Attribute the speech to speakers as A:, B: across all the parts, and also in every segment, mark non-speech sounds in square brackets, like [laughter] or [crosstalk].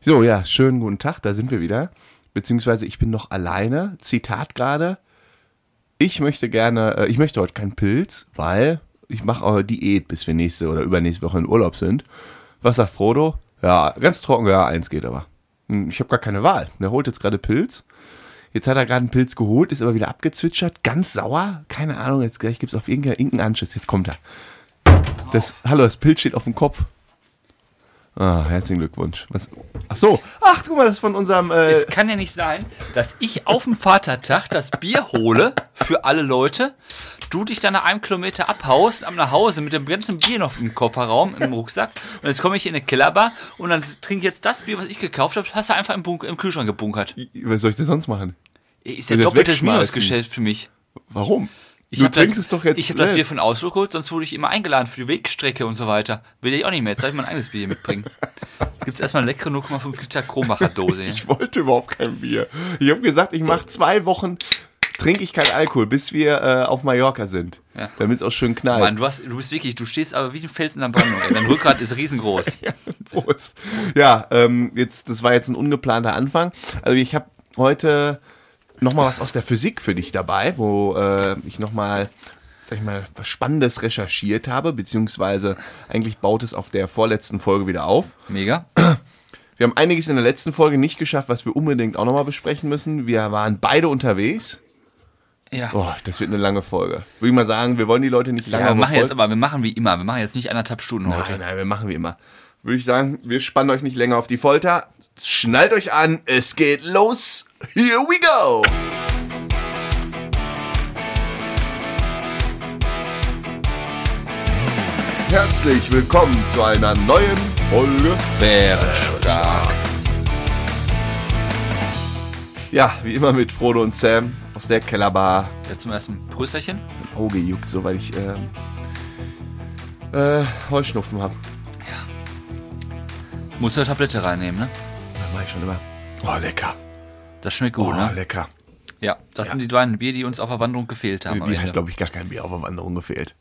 A: So, ja, schönen guten Tag, da sind wir wieder. Beziehungsweise ich bin noch alleine. Zitat gerade. Ich möchte gerne, äh, ich möchte heute keinen Pilz, weil ich mache äh, Diät, bis wir nächste oder übernächste Woche in Urlaub sind. Was sagt Frodo? Ja, ganz trocken, ja, eins geht aber. Hm, Ich habe gar keine Wahl. Der holt jetzt gerade Pilz. Jetzt hat er gerade einen Pilz geholt, ist aber wieder abgezwitschert, ganz sauer. Keine Ahnung, jetzt gleich gibt es auf irgendeinen irgendeinen Anschiss. Jetzt kommt er. Das, hallo, das Pilz steht auf dem Kopf. Ah, herzlichen Glückwunsch. Was? Ach so. Ach, guck mal, das ist von unserem. Äh,
B: Es kann ja nicht sein, dass ich auf dem Vatertag das Bier hole für alle Leute, du dich dann nach einem Kilometer abhaust am Nachhause mit dem ganzen Bier noch im Kofferraum, im Rucksack und jetzt komme ich in eine Kellerbar und dann trinke ich jetzt das Bier, was ich gekauft habe, hast du einfach im, Bunk im Kühlschrank gebunkert.
A: was soll ich denn sonst machen?
B: Ist ja
A: Will das
B: doppeltes
A: wegschmeißen.
B: Minusgeschäft für mich.
A: Warum?
B: Ich
A: du
B: hab das-
A: trinkst es doch jetzt.
B: Ich habe das
A: leer.
B: Bier von Ausflug geholt, sonst wurde ich immer eingeladen für die Wegstrecke und so weiter. Will ich auch nicht mehr. Jetzt darf ich mein eigenes Bier
A: [laughs]
B: hier mitbringen. Gibt es erstmal eine leckere 0,5 Liter Kromacher Dose. hier.
A: Ich wollte überhaupt kein Bier. Ich habe gesagt, ich mache zwei Wochen, trinke ich keinen Alkohol, bis wir äh, auf Mallorca sind.
B: Ja.
A: Damit es auch schön knallt.
B: Mann, Ah, du, hast, du bist wirklich, du stehst aber wie ein Fels in der Brandung. ey. Dein Rückgrat ist riesengroß.
A: [laughs] Prost. Ja, ähm, jetzt, das war jetzt ein ungeplanter Anfang. Also ich habe heute nochmal was aus der Physik für dich dabei, wo äh, ich nochmal, sag ich mal, was Spannendes recherchiert habe, beziehungsweise eigentlich baut es auf der vorletzten Folge wieder auf.
B: Mega.
A: Wir haben einiges in der letzten Folge nicht geschafft, was wir unbedingt auch nochmal besprechen müssen. Wir waren beide unterwegs.
B: Ja.
A: Boah, das wird eine lange Folge. Würde ich mal sagen, wir wollen die Leute nicht lange
B: ja, wir machen jetzt
A: verfolgen.
B: aber, wir machen wie immer. Wir machen jetzt nicht anderthalb Stunden heute.
A: Nein, nein, wir machen wie immer. Würde ich sagen, wir spannen euch nicht länger auf die Folter. Schnallt euch an, es geht los. Here we go. Herzlich willkommen zu einer neuen Folge.
B: Bärenstark.
A: Ja, wie immer mit Frodo und Sam aus der Kellerbar.
B: Ja, zum ersten Prösterchen.
A: Mein Auge juckt so, weil ich ähm, äh, Heuschnupfen habe.
B: Musst du eine Tablette reinnehmen, ne?
A: Das mache ich schon immer. Oh, lecker.
B: Das schmeckt gut,
A: Oh,
B: ne?
A: lecker.
B: Ja, das sind die beiden Bier, die uns auf der Wanderung gefehlt haben. am
A: Die hat,
B: Ende.
A: glaube ich, gar kein Bier auf der Wanderung gefehlt.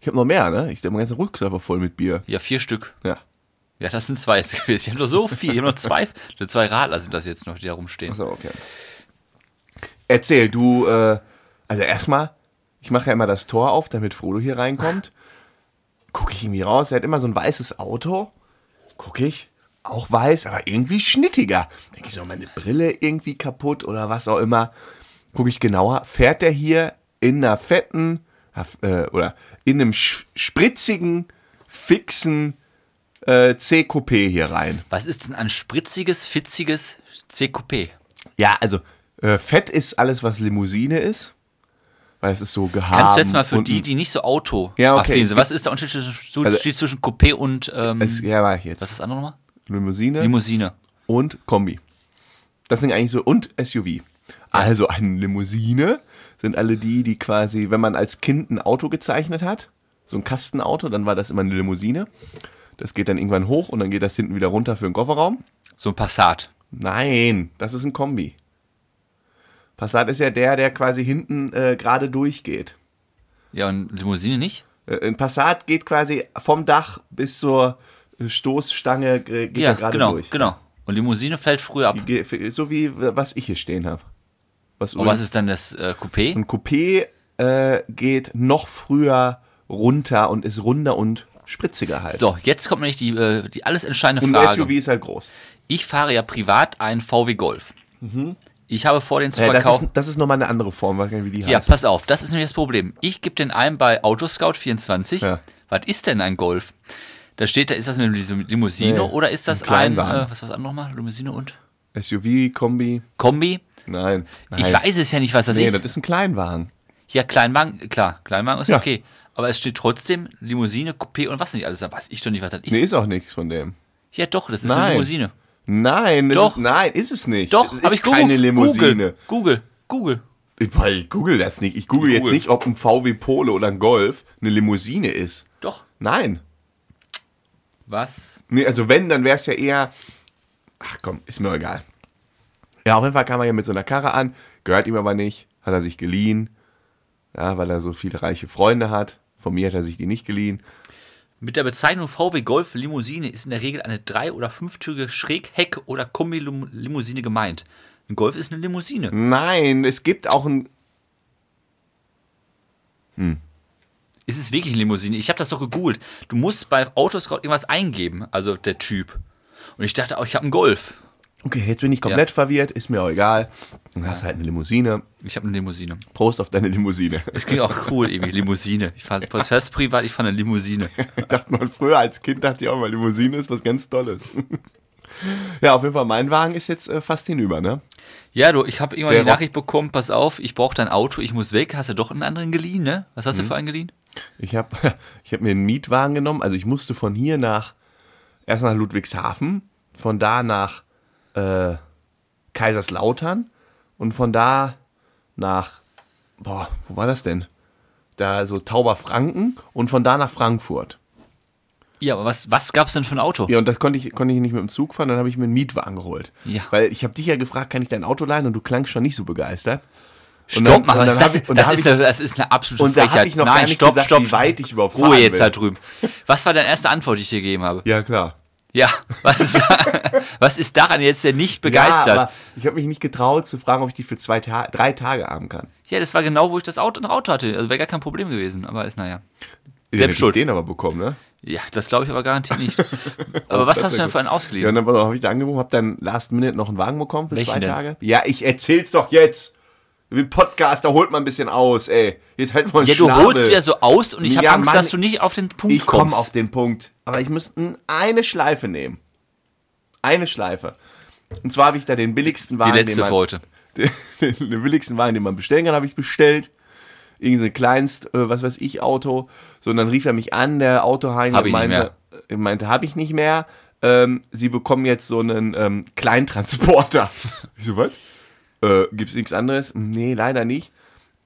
A: Ich habe noch mehr, ne? Ich habe meinen ganzen Rucksack war voll mit Bier.
B: ja, vier Stück.
A: Ja.
B: Ja, das sind zwei jetzt [laughs] gewesen. Ich habe noch so viel. Ich habe noch zwei, nur zwei Radler sind das jetzt noch, die da rumstehen.
A: Achso, okay. Erzähl, du, äh, also erstmal, ich mache ja immer das Tor auf, damit Frodo hier reinkommt. Gucke ich irgendwie raus, er hat immer so ein weißes Auto. Gucke ich, auch weiß, aber irgendwie schnittiger. Denke ich so, meine Brille irgendwie kaputt oder was auch immer. Gucke ich genauer, fährt er hier in einer fetten, äh, oder in einem sch- spritzigen, fixen äh, C-Coupé hier rein.
B: Was ist denn ein spritziges, fitziges CQP?
A: Ja, also äh, Fett ist alles, was Limousine ist, weil es ist so gehabt.
B: Kannst du jetzt mal für die, die nicht so Auto
A: Ja, okay.
B: affin sind, was ist der Unterschied zwischen,
A: Also-
B: Unterschied zwischen Coupé und ähm, was
A: ja, war ich jetzt.
B: ist das andere nochmal?
A: Limousine
B: Äh? Limousine.
A: und Kombi. Das sind eigentlich so und SUV. Also eine Limousine sind alle die, die quasi, wenn man als Kind ein Auto gezeichnet hat, so ein Kastenauto, dann war das immer eine Limousine. Das geht dann irgendwann hoch und dann geht das hinten wieder runter für den Kofferraum.
B: So ein Passat.
A: Nein, das ist ein Kombi. Passat ist ja der, der quasi hinten äh, gerade durchgeht.
B: Ja, und Limousine nicht?
A: Äh, Ein Passat geht quasi vom Dach bis zur äh, Stoßstange äh, geht
B: Ja,
A: er gerade
B: genau,
A: durch.
B: genau. Und Limousine fällt früher ab.
A: Ge- f- So wie äh, was ich hier stehen habe. Was,
B: Und was ist dann das äh, Coupé?
A: ein Coupé äh, geht noch früher runter und ist runder und spritziger halt.
B: So, jetzt kommt nämlich die, äh, die alles entscheidende
A: und ein
B: Frage.
A: SUV ist halt groß.
B: Ich fahre ja privat einen VW Golf. Ich habe vor, den zu
A: Äh, Mhm. das,
B: verkaufen.
A: ist, das ist nochmal eine andere Form, weiß gar nicht, wie die
B: Ja,
A: heißt.
B: pass auf, das ist nämlich das Problem. Ich gebe den ein bei Autoscout24.
A: Ja.
B: Was ist denn ein Golf? Da steht da, ist das eine Lim- Limousine
A: Nee,
B: oder ist das
A: ein
B: ein,
A: Kleinwagen.
B: äh, was war das andere nochmal? Limousine und
A: SUV, Kombi,
B: Kombi?
A: nein. nein.
B: Ich weiß es ja nicht, was das
A: Nee,
B: ist.
A: das ist ein Kleinwagen.
B: Ja, Kleinwagen, klar, Kleinwagen ist
A: Ja.
B: okay. Aber es steht trotzdem Limousine, Coupé und was nicht alles. Da weiß ich doch nicht, was das ist.
A: Nee, ist auch nichts von dem.
B: Ja, doch, das ist
A: Nein.
B: eine Limousine.
A: Nein, das
B: Doch.
A: Ist, nein, ist es nicht.
B: Doch,
A: es
B: hab
A: ist keine Limousine.
B: Google, Google, Google.
A: Ich, weil ich google das nicht. Ich google jetzt
B: Google.
A: nicht, ob ein VW Polo oder ein Golf eine Limousine ist.
B: Doch.
A: Nein.
B: Was?
A: Nee, also wenn, dann wäre es ja eher. Ach komm, ist mir egal. Ja, auf jeden Fall kam er ja mit so einer Karre an, gehört ihm aber nicht, hat er sich geliehen. Ja, weil er so viele reiche Freunde hat. Von mir hat er sich die nicht geliehen.
B: Mit der Bezeichnung VW Golf Limousine ist in der Regel eine drei- oder fünftürige Schrägheck- oder Kombilimousine gemeint. Ein Golf ist eine
A: Hm.
B: Limousine.
A: Nein, es gibt auch ein.
B: Ist es wirklich eine Limousine? Ich habe das doch gegoogelt. Du musst bei Autoscout irgendwas eingeben, also der Typ. Und ich dachte auch, ich habe einen Golf.
A: Okay, jetzt bin ich komplett verwirrt, ist mir auch egal. Du hast halt eine Limousine.
B: Ich habe eine Limousine.
A: Prost auf deine Limousine.
B: Das klingt auch cool, irgendwie Limousine. Ich fand das heißt privat, ich fand eine Limousine.
A: [laughs] dachte man früher als Kind, dachte ich auch mal, Limousine ist was ganz Tolles. [laughs] ja, auf jeden Fall, mein Wagen ist jetzt äh, fast hinüber, ne?
B: Ja, du, ich habe irgendwann
A: Der
B: die
A: Rock-
B: Nachricht bekommen, pass auf, ich brauche dein Auto, ich muss weg. Hast du doch einen anderen geliehen, ne? Was hast du für einen geliehen?
A: Ich habe ich hab [laughs] mir einen Mietwagen genommen. Also ich musste von hier nach, erst nach Ludwigshafen, von da nach äh, Kaiserslautern und von da nach, boah, wo war das denn? Da so Tauberfranken und von da nach Frankfurt.
B: Ja, aber was, was gab's denn für ein Auto?
A: Ja, und das konnte ich, konnte ich nicht mit dem Zug fahren, dann habe ich mir einen Mietwagen geholt.
B: Ja.
A: Weil ich habe dich ja gefragt, kann ich dein Auto leihen und du klangst schon nicht so begeistert. Und
B: Stopp mal,
A: und
B: was ist
A: hab
B: das?
A: ich- und
B: das,
A: hab
B: ist
A: ich-
B: eine, das ist eine absolute
A: Und da hab
B: Frechheit.
A: ich noch
B: Nein,
A: gar nicht
B: stopp,
A: gesagt,
B: stopp,
A: wie weit ich überhaupt
B: Ruhe
A: fahren
B: jetzt halt.
A: will.
B: da drüben. Was war deine erste Antwort, die ich dir gegeben habe?
A: Ja, klar.
B: Ja, was ist, [laughs] was ist daran jetzt denn nicht
A: Ja,
B: begeistert? Ja,
A: aber ich habe mich nicht getraut zu fragen, ob ich die für zwei Ta drei Tage haben kann.
B: das war genau, wo ich das Auto, ein Auto hatte. Also wäre gar kein Problem gewesen, aber ist naja.
A: Den hätte
B: schuld.
A: Ich den aber bekommen, ne?
B: Ja, das glaube ich aber
A: [laughs]
B: garantiert nicht. Aber was
A: das
B: hast du
A: wär
B: denn
A: gut.
B: für einen
A: Ja, und
B: ausgeliehen?
A: dann habe ich da angerufen, habe dann last minute noch einen Wagen bekommen für
B: Welchen
A: zwei
B: denn?
A: Tage. Ja, ich erzähl's doch jetzt. Im Podcast, da holt man ein bisschen aus, ey. Jetzt halt mal einen
B: Ja, du
A: Schnabel.
B: holst wieder so aus und ich habe
A: Ja,
B: Angst,
A: Mann,
B: dass du nicht auf den Punkt
A: Ich komme
B: kommst.
A: auf den Punkt. Aber ich müsste eine Schleife nehmen. Eine Schleife. Und zwar habe ich da den billigsten
B: die
A: Wagen, den
B: letzte
A: man,
B: für heute.
A: den, [laughs] den billigsten Wagen, den man bestellen kann, habe ich bestellt. Irgendein kleinst, äh, was weiß ich, Auto. So, und dann rief er mich an, der Autohain,
B: Hab
A: und
B: ich nicht
A: meinte, äh, meinte habe ich nicht mehr. Ähm, Sie bekommen jetzt so einen ähm, Kleintransporter. [laughs] Ich so, was? Äh, Gibt es nichts anderes? Nee, leider nicht.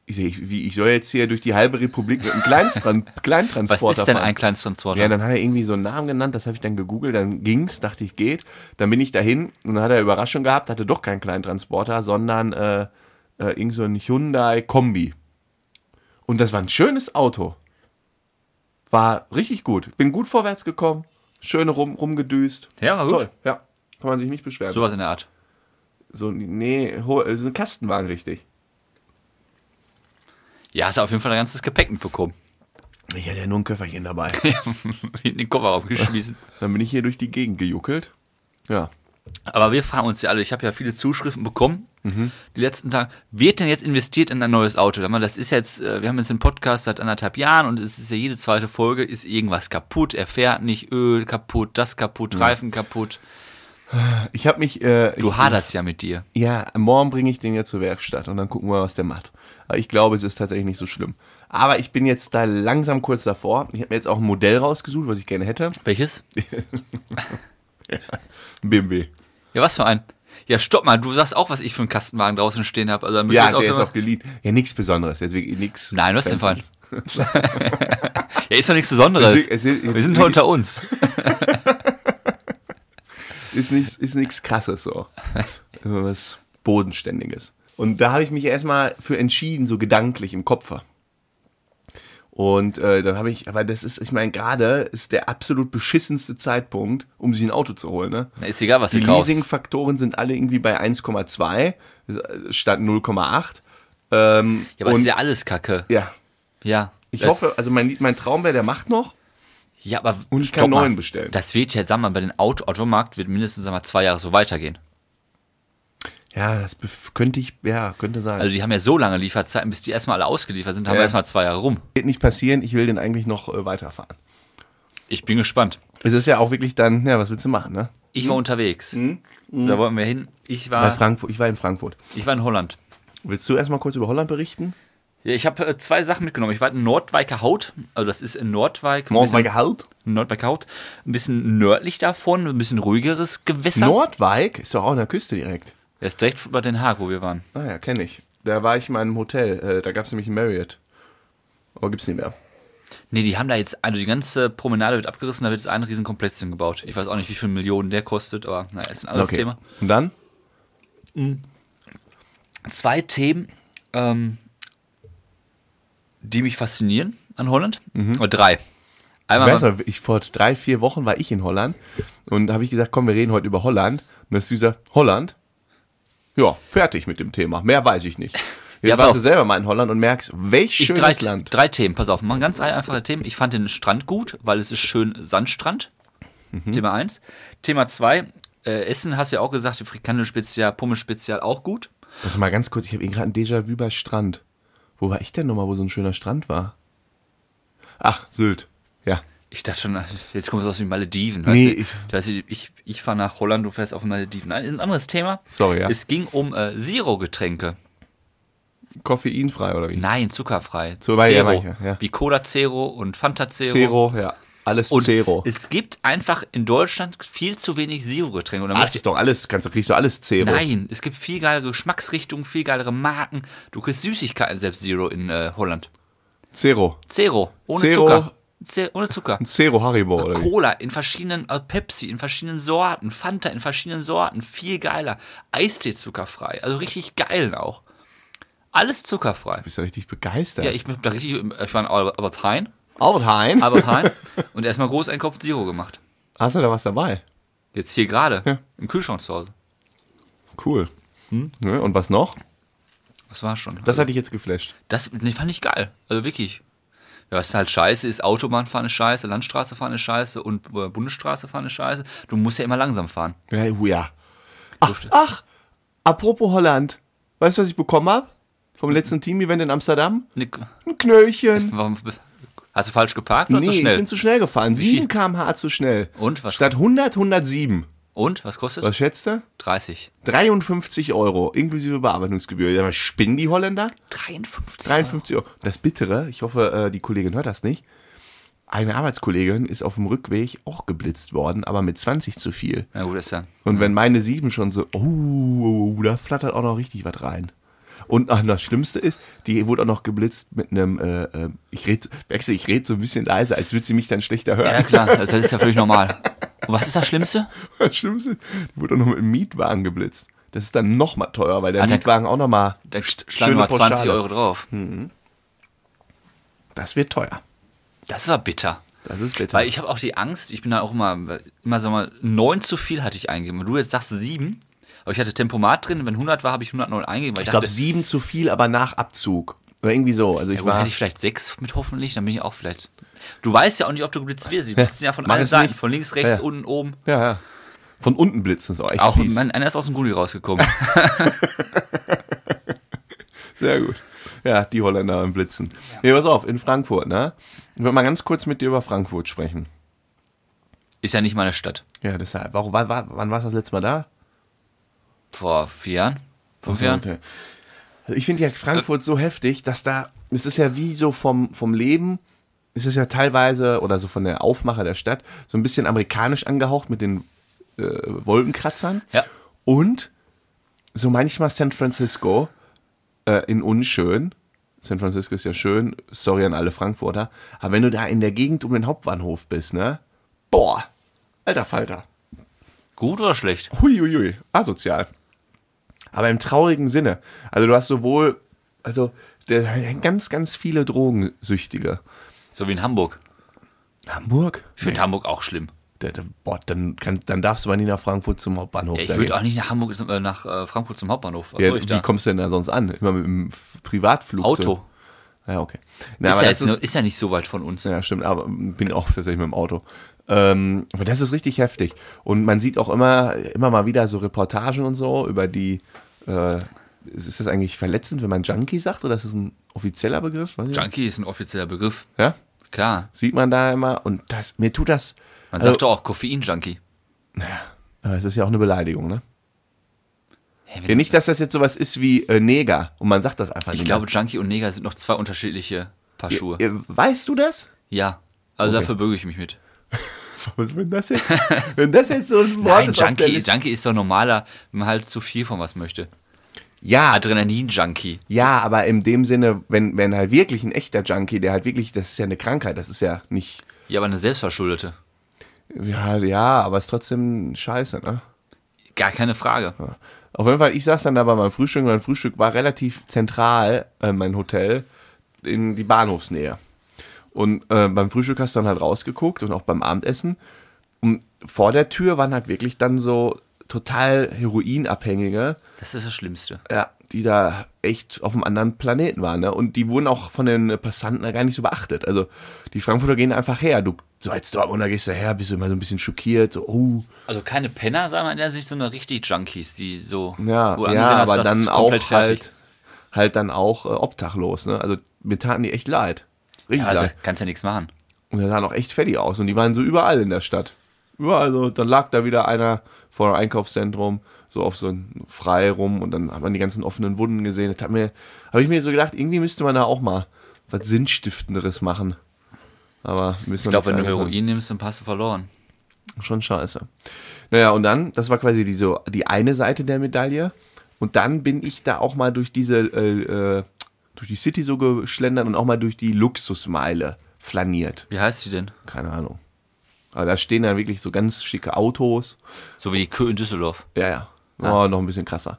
A: Ich, so, ich, wie, ich soll jetzt hier durch die halbe Republik mit einem Kleinstran
B: [laughs] Was
A: Kleintransporter
B: ist denn
A: fahren?
B: ein Kleinsttransporter?
A: Ja, dann hat er irgendwie so einen Namen genannt, das habe ich dann gegoogelt, dann ging's, dachte ich, geht. Dann bin ich dahin und dann hat er Überraschung gehabt, hatte doch keinen kleinen Transporter, sondern äh, äh, irgend so ein Hyundai Kombi. Und das war ein schönes Auto. War richtig gut. Bin gut vorwärts gekommen, schön rum, rumgedüst.
B: Ja, war gut.
A: Toll, ja. Kann man sich nicht beschweren. So,
B: Sowas in der Art.
A: nee, ho- äh, so ein Kastenwagen richtig.
B: Ja, hast du auf jeden Fall ein ganzes Gepäck [laughs] mitbekommen.
A: Ich hatte ja nur ein Köfferchen
B: [laughs]
A: dabei.
B: in den Kofferraum geschmissen.
A: dann bin ich hier durch die Gegend gejuckelt. Ja.
B: Aber wir fragen uns ja alle, ich habe ja viele Zuschriften bekommen,
A: Mhm.
B: die letzten Tage, wird denn jetzt investiert in ein neues Auto? Sag mal, Das ist jetzt, äh, wir haben jetzt einen Podcast seit anderthalb Jahren und es ist ja jede zweite Folge, ist irgendwas kaputt, er fährt nicht, Öl kaputt, das kaputt,
A: Mhm.
B: Reifen kaputt.
A: Ich habe mich. Äh, ich,
B: Du haderst ja mit dir.
A: Ja, morgen bringe ich den ja zur Werkstatt und dann gucken wir, was der macht. Aber ich glaube, es ist tatsächlich nicht so schlimm. Aber ich bin jetzt da langsam kurz davor. Ich habe mir jetzt auch ein Modell rausgesucht, was ich gerne hätte.
B: Welches?
A: Ein BMW.
B: Ja, was für ein? Ja, stopp mal, du sagst auch, was ich für einen Kastenwagen draußen stehen habe. Also, damit
A: Ja,
B: jetzt
A: der ist
B: wenn man-
A: auch geliehen. Ja, nichts Besonderes. Deswegen nichts.
B: Nein, was denn für ein?
A: Fancyes.
B: ja, ist doch nichts Besonderes.
A: Es ist- es ist-
B: wir sind doch unter uns.
A: Ist nichts ist nichts krasses
B: [laughs]
A: so. Immer was Bodenständiges. Und da habe ich mich erstmal für entschieden, so gedanklich im Kopf. Und äh, dann habe ich, aber das ist, ich meine, gerade ist der absolut beschissenste Zeitpunkt, um sich ein Auto zu holen, ne?
B: Na, Ist egal, was
A: Die
B: du kaufst.
A: Leasing-Faktoren sind alle irgendwie bei 1,2 statt 0,8. Ähm,
B: Ja, aber
A: und,
B: ist ja alles Kacke.
A: ja,
B: Ja.
A: ich
B: das-
A: hoffe, also mein, mein Traum wäre, der macht noch.
B: Ja, aber
A: Und ich kann
B: stopp mal.
A: neuen bestellen.
B: Das wird jetzt, sag mal, bei den Auto Automarkt wird mindestens sag mal, zwei Jahre so weitergehen.
A: Ja, das bef- könnte ich, ja, könnte sein.
B: Also die haben ja so lange Lieferzeiten, bis die erstmal alle ausgeliefert sind, haben
A: Ja.
B: wir erstmal zwei Jahre rum.
A: wird nicht passieren, ich will den eigentlich noch äh, weiterfahren.
B: Ich bin gespannt.
A: Es ist ja auch wirklich dann, ja, was willst du machen, ne?
B: Ich war unterwegs. Da wollten wir hin. Ich
A: Hm? Bei
B: war,
A: Frankfurt, ich war in Frankfurt.
B: ich war in Holland.
A: Willst du erstmal kurz über Holland berichten?
B: Ja, ich habe äh, zwei Sachen mitgenommen. Ich war in Nordweiker Haut, also das ist in Nordwijk, ein bisschen-
A: Nordwijk Halt?
B: Nordwijk Haut, ein bisschen nördlich davon, ein bisschen ruhigeres Gewässer.
A: Nordwijk ist doch auch an der Küste direkt.
B: Er ist direkt über Den Haag, wo wir waren.
A: Ah ja, kenne ich. Da war ich mal im Hotel, äh, da gab es nämlich ein Marriott. Aber gibt's nicht mehr.
B: Nee, die haben da jetzt, also die ganze Promenade wird abgerissen, da wird jetzt ein Riesenkomplex hingebaut. Ich weiß auch nicht, wie viel Millionen der kostet, aber naja, ist ein anderes Thema.
A: Und dann?
B: Zwei Themen, Mhm. ähm, die mich faszinieren an Holland. Oder drei. Einmal
A: Ich weiß noch, ich, vor drei, vier Wochen war ich in Holland und habe ich gesagt, komm, wir reden heute über Holland. Und das ist dieser Holland. Ja, fertig mit dem Thema. Mehr weiß ich
B: [laughs]
A: nicht. Jetzt
B: aber auch-
A: warst du selber mal in Holland und merkst, welch
B: ich
A: schönes
B: drei,
A: Land.
B: drei Themen, pass auf, mal ganz einfache Themen. Ich fand den Strand gut, weil es ist schön Sandstrand.
A: Mhm.
B: Thema eins. Thema zwei. äh, Essen hast du ja auch gesagt, Frikandel-Spezial, Pummel-Spezial auch gut.
A: Pass mal ganz kurz, ich habe eben gerade ein Déjà-vu bei Strand. Wo war ich denn nochmal, wo so ein schöner Strand war? Ach, Sylt. Ja.
B: Ich dachte schon, jetzt kommt es aus den Malediven.
A: Nee,
B: weißt du?
A: ich-
B: Du weißt, ich, ich fahre nach Holland, du fährst auf den Malediven. Ein ein anderes Thema.
A: Sorry, ja.
B: Es ging um äh, Zero-Getränke.
A: Koffeinfrei oder wie?
B: Nein, zuckerfrei.
A: So, weil- ja,
B: Zero.
A: manche, ja.
B: Wie Cola Zero und Fanta Zero.
A: Zero, ja. Alles
B: Und
A: Zero.
B: es gibt einfach in Deutschland viel zu wenig Zero-Getränke. Und dann
A: Ah, Das
B: möchte-
A: ist doch alles, kannst du, kriegst du alles Zero.
B: Nein, es gibt viel geilere Geschmacksrichtungen, viel geilere Marken. Du kriegst Süßigkeiten selbst Zero in äh, Holland.
A: Zero.
B: Zero, ohne
A: Zero.
B: Zucker. Ze ohne Zucker.
A: Zero Haribo [laughs] oder wie?
B: Cola in verschiedenen, äh, Pepsi in verschiedenen Sorten, Fanta in verschiedenen Sorten, viel geiler. Eistee zuckerfrei, also richtig geil auch. Alles zuckerfrei.
A: Bist du richtig begeistert?
B: Ja, ich bin da richtig, äh, ich war in Albert Albert Heijn,
A: Albert Hein. [laughs]
B: Albert Heijn und erstmal Großeinkauf Zero gemacht.
A: Hast du da was dabei?
B: Jetzt hier gerade,
A: Ja.
B: im Kühlschrank zu Hause.
A: Cool.
B: Hm?
A: Ne, Und was noch?
B: Das war schon.
A: Das hat dich jetzt geflasht.
B: Das nee, fand ich geil. Also wirklich. Ja, was halt scheiße ist, Autobahnfahren ist scheiße, Landstraße fahren ist scheiße und äh, Bundesstraße fahren ist scheiße. Du musst ja oh immer langsam fahren.
A: Ja, ja. Ach, ach, apropos Holland. Weißt du, was ich bekommen habe?
B: Hm?
A: Vom letzten Team-Event in Amsterdam?
B: Nick,
A: Ein Knöllchen.
B: warum, hast du falsch geparkt oder
A: Nee,
B: zu
A: ich
B: schnell?
A: bin zu schnell gefahren. 7
B: viel?
A: km/h zu schnell.
B: Und, was-
A: Statt 100, 107.
B: und? Was kostet
A: Was schätzt du?
B: 30.
A: 53 Euro, inklusive Bearbeitungsgebühr. Ja, aber spinnen die Holländer?
B: 53.
A: 53 Euro. Das Bittere, ich hoffe, äh, die Kollegin hört das nicht. Eine Arbeitskollegin ist auf dem Rückweg auch geblitzt worden, aber mit 20 zu viel.
B: Na gut, ist dann.
A: Und wenn meine sieben schon so, oh, da flattert auch noch richtig was rein. Und ach, das Schlimmste ist, die wurde auch noch geblitzt mit einem, äh, äh, ich rede, wechsel, ich rede so ein bisschen leiser, als würde sie mich dann schlechter hören.
B: Ja klar, das ist ja völlig normal. Und was ist das Schlimmste?
A: [laughs] Das Schlimmste ist, die wurde auch noch mit einem Mietwagen geblitzt. Das ist dann nochmal teuer, weil der
B: Ah, der-
A: Mietwagen auch nochmal,
B: Da schlagen wir mal 20 Euro drauf.
A: Hm. das wird teuer.
B: Das war bitter.
A: Das ist bitter.
B: Weil ich habe auch die Angst, ich bin da auch immer, immer sag mal, neun zu viel hatte ich eingegeben. Wenn du jetzt sagst sieben, aber ich hatte Tempomat drin, wenn 100 war, habe ich 109 eingegeben. Weil ich
A: Ich
B: dachte,
A: glaube, sieben zu viel, aber nach Abzug. Oder irgendwie so. Also ich
B: ja, gut,
A: war.
B: hätte ich vielleicht sechs mit hoffentlich, dann bin ich auch vielleicht. Du weißt ja auch nicht, ob du
A: [laughs]
B: geblitzt wirst. Die blitzen ja, von
A: mach
B: allen
A: es
B: Seiten,
A: nicht.
B: von links, rechts,
A: Ja.
B: unten, oben.
A: ja, ja. Von unten blitzen ist auch echt
B: Auch
A: fies.
B: Mann, einer ist aus dem Gulli
A: [laughs]
B: rausgekommen.
A: Sehr gut. Ja, die Holländer im Blitzen. Nee, pass auf, in Frankfurt, ne? Ich würde mal ganz kurz mit dir über Frankfurt sprechen.
B: ist ja nicht meine Stadt.
A: Ja, deshalb. Warum, wann, war- wann warst du das letzte Mal da?
B: Vor vier Jahren, fünf
A: Ja,
B: Jahren.
A: okay. Also ich finde ja Frankfurt so heftig, dass da, es ist ja wie so vom, vom Leben, es ist ja teilweise oder so von der Aufmacher der Stadt, so ein bisschen amerikanisch angehaucht mit den äh, Wolkenkratzern.
B: Ja.
A: Und so manchmal San Francisco äh, in unschön. San Francisco ist ja schön, sorry an alle Frankfurter. Aber wenn du da in der Gegend um den Hauptbahnhof bist, ne? Boah, alter Falter.
B: Gut oder schlecht?
A: Huiuiui, asozial. Aber im traurigen Sinne. Also du hast sowohl, also der ganz, ganz viele Drogensüchtige.
B: So wie in Hamburg.
A: Hamburg?
B: Ich finde Hamburg auch schlimm.
A: Da, da, boah, dann, kann, dann darfst du mal nie nach Frankfurt zum Hauptbahnhof.
B: Ja, ich
A: da
B: würde
A: gehen.
B: auch nicht nach Hamburg, äh, nach äh, Frankfurt zum Hauptbahnhof. Was
A: ja,
B: soll ich da?
A: wie kommst du denn da sonst an? Immer mit dem F- Privatflugzeug?
B: Auto.
A: Ja, okay. Na,
B: Ist
A: aber
B: ja,
A: das
B: jetzt, nur-
A: ist,
B: ist ja nicht so weit von uns.
A: ja, stimmt, aber bin auch tatsächlich mit dem Auto. Ähm, aber das ist richtig heftig. Und man sieht auch immer, immer mal wieder so Reportagen und so über die. Äh, ist ist das eigentlich verletzend, wenn man Junkie sagt oder ist das ein offizieller Begriff? Weiß ich nicht.
B: Junkie ist ein offizieller Begriff.
A: Ja,
B: Klar.
A: sieht man da immer. Und das, mir tut das.
B: Man
A: also,
B: sagt doch auch Koffein-Junkie.
A: aber es ist ja auch eine Beleidigung, ne?
B: Hey,
A: Ja,
B: wenn-
A: nicht, dass das jetzt sowas ist wie äh, Neger und man sagt das einfach
B: ich
A: nicht.
B: glaube, Junkie und Neger sind noch zwei unterschiedliche Paar Schuhe.
A: mehr. Äh, Weißt du
B: [laughs]
A: das?
B: Ja, also
A: Okay.
B: dafür bürge ich mich mit.
A: Was, wenn, das jetzt, wenn das jetzt so ein Wort
B: Nein,
A: ist. auf der
B: Junkie,
A: Liste-
B: Junkie ist doch normaler, wenn man halt zu viel von was möchte.
A: ja,
B: Adrenalin-Junkie.
A: Ja, aber in dem Sinne, wenn, wenn halt wirklich ein echter Junkie, der halt wirklich, das ist ja eine Krankheit, das ist ja nicht.
B: Ja, aber eine selbstverschuldete.
A: Ja, ja, aber ist trotzdem scheiße, ne?
B: Gar keine Frage.
A: Auf jeden Fall, ich saß dann da bei meinem Frühstück und mein Frühstück war relativ zentral, äh, mein Hotel, in die Bahnhofsnähe. Und äh, beim Frühstück hast du dann halt rausgeguckt und auch beim Abendessen. Und vor der Tür waren halt wirklich dann so total Heroinabhängige,
B: Das ist das Schlimmste.
A: ja, die da echt auf einem anderen Planeten waren. Ne? Und die wurden auch von den Passanten da gar nicht so beachtet. Also die Frankfurter gehen einfach her. Du, so als Dortmunder gehst du her, bist du immer so ein bisschen schockiert. So, oh,
B: Also keine Penner, sagen wir in der Sicht, sondern richtig Junkies, die so.
A: ja,
B: wo du
A: ja
B: angesehen hast,
A: aber
B: das
A: dann
B: ist
A: auch
B: komplett fertig.
A: halt, halt dann auch äh, obdachlos. Ne? Also mir taten die echt leid. Richtig
B: Ja, also
A: leid.
B: kannst ja nichts machen.
A: Und er sahen auch echt fertig aus. Und die waren so überall in der Stadt. Überall so. Dann lag da wieder einer vor einem Einkaufszentrum, so auf so ein Frei rum. Und dann hat man die ganzen offenen Wunden gesehen. Das hat mir, habe ich mir so gedacht, irgendwie müsste man da auch mal was Sinnstiftenderes machen. Aber wir müssen
B: Ich
A: noch
B: glaube, wenn du
A: nichts angefangen.
B: Heroin nimmst, dann hast du verloren.
A: Schon scheiße. Naja, und dann, das war quasi die, so, die eine Seite der Medaille. Und dann bin ich da auch mal durch diese, äh, äh, durch die City so geschlendert und auch mal durch die Luxusmeile flaniert.
B: Wie heißt die denn?
A: Keine Ahnung. Aber da stehen dann wirklich so ganz schicke Autos.
B: So wie die Kö in Düsseldorf.
A: Ja, ja.
B: Ah.
A: Oh, noch ein bisschen krasser.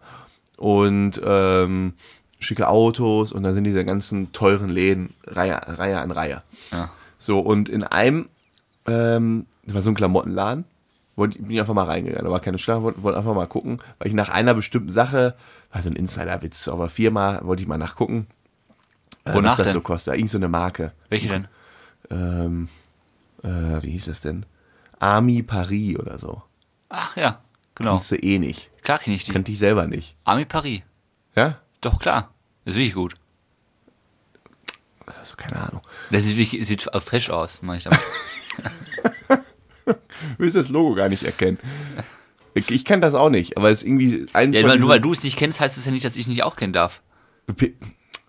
A: Und ähm, schicke Autos und dann sind diese ganzen teuren Läden Reihe, Reihe an Reihe.
B: Ja.
A: So, und in einem, ähm, das war so ein Klamottenladen, wollte, bin ich einfach mal reingegangen, da war keine Schlange, wollte wollte einfach mal gucken, weil ich nach einer bestimmten Sache, war so ein Insiderwitz, aber viermal wollte ich mal nachgucken, äh,
B: Wonach
A: was das
B: denn?
A: so kostet. Irgend so eine Marke.
B: Welche denn?
A: Ähm, äh, wie hieß das denn? Army Paris oder so.
B: Ach ja, genau.
A: Kannst du eh nicht.
B: Klar kenne ich die.
A: Kannte ich selber nicht.
B: Army Paris.
A: Ja?
B: Doch, klar. Das ist wirklich gut.
A: Also keine Ahnung.
B: Das ist wirklich, sieht frisch aus, meine
A: [laughs]
B: ich damit.
A: Du wirst das Logo gar nicht erkennen. Ich, ich kann das auch nicht, aber es ist irgendwie eins
B: Ja,
A: von
B: weil, nur
A: diesen-
B: weil du es nicht kennst, heißt es ja nicht, dass ich nicht auch kennen darf.
A: P-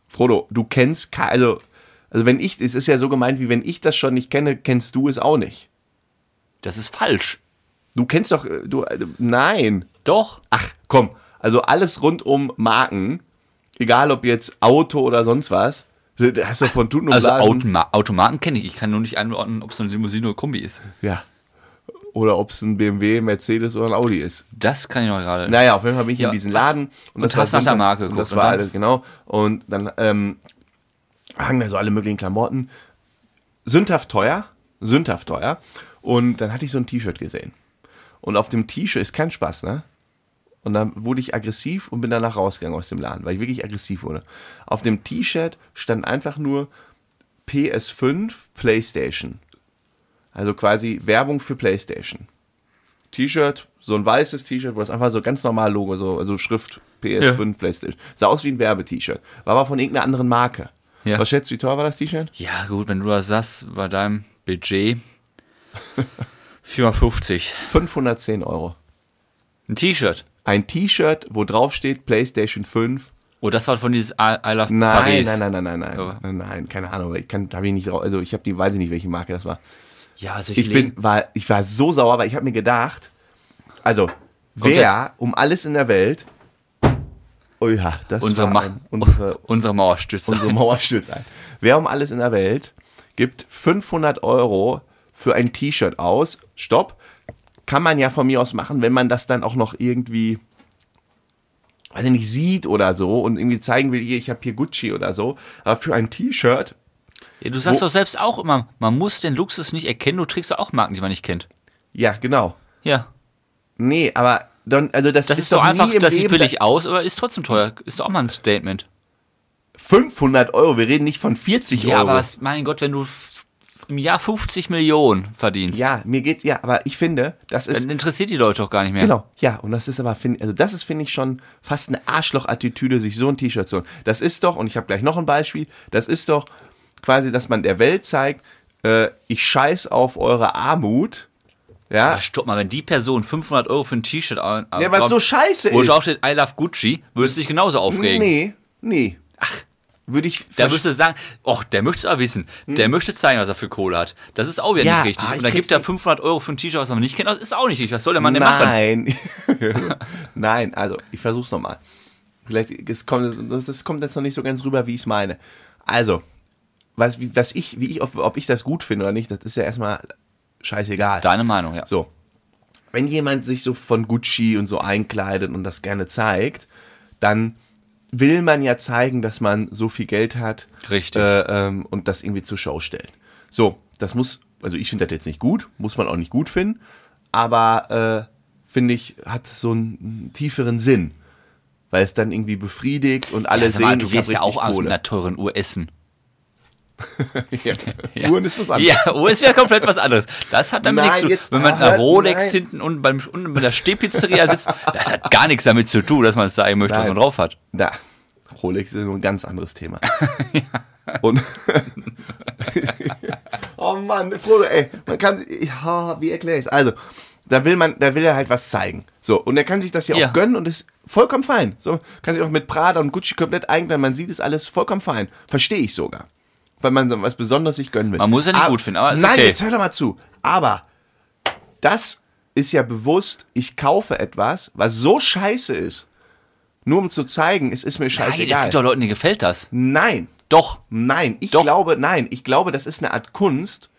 A: Frodo, du kennst, ke- also, also wenn ich, es ist ja so gemeint, wie wenn ich das schon nicht kenne, kennst du es auch nicht.
B: Das ist falsch.
A: Du kennst doch, äh, du, äh, nein.
B: Doch.
A: Ach, komm, also alles rund um Marken, egal ob jetzt Auto oder sonst was, du- du hast du von Tuten und
B: Also
A: Blasen-
B: Automa Automaten kenne ich. Ich kann nur nicht einordnen, ob es eine Limousine oder Kombi ist.
A: Ja. Oder ob es ein BMW, Mercedes oder ein Audi ist.
B: Das kann ich noch gerade.
A: Naja, auf jeden Fall bin ich
B: Ja,
A: in diesen
B: was-
A: Laden
B: und
A: das war
B: hast nach der
A: Sonntag-
B: Marke
A: und
B: geguckt,
A: Das war
B: und dann?
A: alles, genau. Und dann ähm, hangen da so alle möglichen Klamotten. Sündhaft teuer, sündhaft teuer. Und dann hatte ich so ein T-Shirt gesehen. Und auf dem T-Shirt ist kein Spaß, ne? Und dann wurde ich aggressiv und bin danach rausgegangen aus dem Laden, weil ich wirklich aggressiv wurde. Auf dem T-Shirt stand einfach nur PS5 PlayStation. Also quasi Werbung für PlayStation. T-Shirt, so ein weißes T-Shirt, wo das einfach so ganz normal Logo, so also Schrift PS5 PlayStation. Sah aus wie ein Werbe-T-Shirt. War aber von irgendeiner anderen Marke.
B: Ja.
A: Was schätzt du, wie teuer war das T-Shirt?
B: Ja, gut, wenn du das sagst, bei deinem
A: [laughs]
B: Budget 450.
A: 510 Euro.
B: Ein T-Shirt.
A: Ein T-Shirt, wo drauf steht PlayStation 5.
B: Oh, das war von dieses I, I Love
A: Nein,
B: Paris. Oh.
A: nein, nein, nein, nein, nein,
B: Aber-
A: nein, nein, keine Ahnung. Ich kann, hab ich nicht drauf, also ich habe die, weiß ich nicht, welche Marke das war.
B: Ja, also ich,
A: Ich bin, war, ich war so sauer, weil ich habe mir gedacht, also wer um alles in der Welt, oh ja, das
B: unsere,
A: war
B: Ma
A: ein- unsere
B: [laughs] unsere Mauer stützt [laughs]
A: unsere
B: ein.
A: Mauer stürzt ein. Wer um alles in der Welt gibt 500 Euro für ein T-Shirt aus? Stopp. Kann man ja von mir aus machen, wenn man das dann auch noch irgendwie, weiß ich nicht, sieht oder so und irgendwie zeigen will, hier, ich habe hier Gucci oder so. Aber für ein T-Shirt,
B: Ja, du sagst
A: Wo-
B: doch selbst auch immer, man muss den Luxus nicht erkennen, du trägst doch auch Marken, die man nicht kennt.
A: ja, genau.
B: Ja.
A: Nee, aber dann, also das,
B: Das ist, doch
A: nie
B: einfach,
A: im
B: das sieht
A: Leben-
B: billig aus, aber ist trotzdem teuer. Ist doch auch mal ein Statement.
A: 500 Euro, wir reden nicht von 40
B: Ja,
A: Euro.
B: aber was, mein Gott, wenn du f- im Jahr 50 Millionen verdienst,
A: ja, mir geht's, ja, aber ich finde, das ist
B: dann interessiert die Leute doch gar nicht mehr.
A: Genau, ja, und das ist aber, find, also das ist, finde ich, schon fast eine Arschloch-Attitüde, sich so ein T-Shirt zu holen. Das ist doch, und ich habe gleich noch ein Beispiel, das ist doch quasi, dass man der Welt zeigt, äh, ich scheiß auf eure Armut. Ja,
B: Aber stopp mal, wenn die Person 500 Euro für ein T-Shirt an,
A: ja was so scheiße
B: wo
A: ist.
B: auch steht, I love Gucci, würdest du dich genauso aufregen.
A: nee, nee. Ach. Würde ich.
B: Da würdest du sagen, och, der möchte es aber wissen. Der möchte zeigen, was er für Kohle hat. Das ist auch wieder
A: Hm. Ja,
B: nicht
A: ah,
B: richtig.
A: ich
B: Und dann
A: krieg's
B: gibt er
A: nicht.
B: 500 Euro für ein T-Shirt, was man nicht kennt. Das ist auch nicht richtig. Was soll der Mann denn machen?
A: Nein. Nein, [laughs] also ich versuch's nochmal. Vielleicht es kommt das, das kommt jetzt noch nicht so ganz rüber, wie ich es meine. Also, was, wie, was ich, wie ich, ob, ob ich das gut finde oder nicht, das ist ja erstmal scheißegal.
B: Deine Meinung, ja.
A: So. Wenn jemand sich so von Gucci und so einkleidet und das gerne zeigt, dann will man ja zeigen, dass man so viel Geld hat
B: Richtig.
A: Äh, ähm, und das irgendwie zur Show stellt. So, das muss, also ich finde das jetzt nicht gut, muss man auch nicht gut finden, aber äh, finde ich, hat so einen tieferen Sinn. Weil es dann irgendwie befriedigt und alle
B: Ja, sag
A: sehen,
B: mal, du
A: ich hab
B: gehst ja
A: richtig
B: auch abends mit
A: Kohle.
B: einer teuren Uhr essen.
A: [laughs] Ja. Uhren ist was anderes.
B: [laughs] Ja, Uhr ist ja komplett was anderes. Das hat damit
A: Nein,
B: nichts zu tun.
A: jetzt-
B: Wenn man mit einer
A: Nein.
B: Rolex hinten unten, beim, unten bei der Stehpizzeria sitzt, das hat gar nichts damit zu tun, dass man es sagen möchte, was
A: Nein.
B: man drauf hat.
A: Na, Rolex ist ein ganz anderes
B: [laughs]
A: Thema. Und oh Mann, Frodo, ey, man kann, ja, wie erkläre ich es? Also, da will man, da will er halt was zeigen. So, und er kann sich das ja,
B: Ja.
A: auch gönnen und ist vollkommen fein. So, kann sich auch mit Prada und Gucci komplett eignen, man sieht es alles vollkommen fein. Verstehe ich sogar. Weil man so was Besonderes sich gönnen will. Ah,
B: Man muss ja nicht gut finden, aber ist
A: Nein,
B: okay.
A: jetzt hör doch mal zu. Aber das ist ja bewusst, ich kaufe etwas, was so scheiße ist, nur um zu zeigen, es ist mir
B: Nein, es
A: scheißegal.
B: gibt doch Leuten, denen gefällt das.
A: nein,
B: Doch.
A: nein, ich
B: Doch.
A: glaube, nein, ich glaube, das ist eine Art Kunst.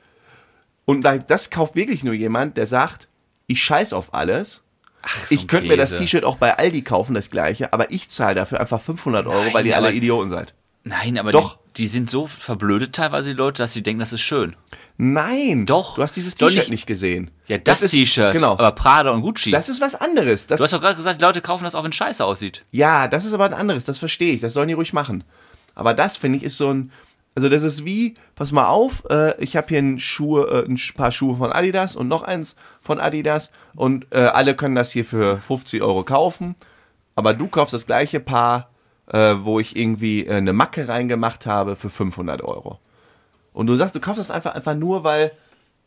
A: Und da- das kauft wirklich nur jemand, der sagt, ich scheiß auf alles.
B: so
A: ich
B: ein
A: könnte mir das
B: Käse.
A: T-Shirt auch bei Aldi kaufen, das gleiche, aber ich zahle dafür einfach 500 Euro,
B: Nein,
A: weil ihr
B: aber-
A: alle Idioten seid.
B: Nein, aber
A: Doch.
B: Die, die sind so verblödet teilweise, die Leute, dass sie denken, das ist schön.
A: Nein,
B: Doch.
A: Du hast dieses
B: Doch
A: T-Shirt nicht,
B: nicht-
A: gesehen.
B: Ja, das,
A: ist-
B: T-Shirt.
A: Genau.
B: Aber Prada und Gucci.
A: das ist was anderes. Das
B: du hast doch gerade gesagt, die Leute kaufen das auch, wenn es scheiße aussieht.
A: Ja, das ist aber ein anderes, das verstehe ich, das sollen die ruhig machen. Aber das finde ich ist so ein, also das ist wie, pass mal auf, äh, ich habe hier ein, Schuhe, äh, ein paar Schuhe von Adidas und noch eins von Adidas und äh, alle können das hier für 50 Euro kaufen, aber du kaufst das gleiche Paar, äh, wo ich irgendwie äh, eine Macke reingemacht habe für 500 Euro. Und du sagst, du kaufst das einfach, einfach nur, weil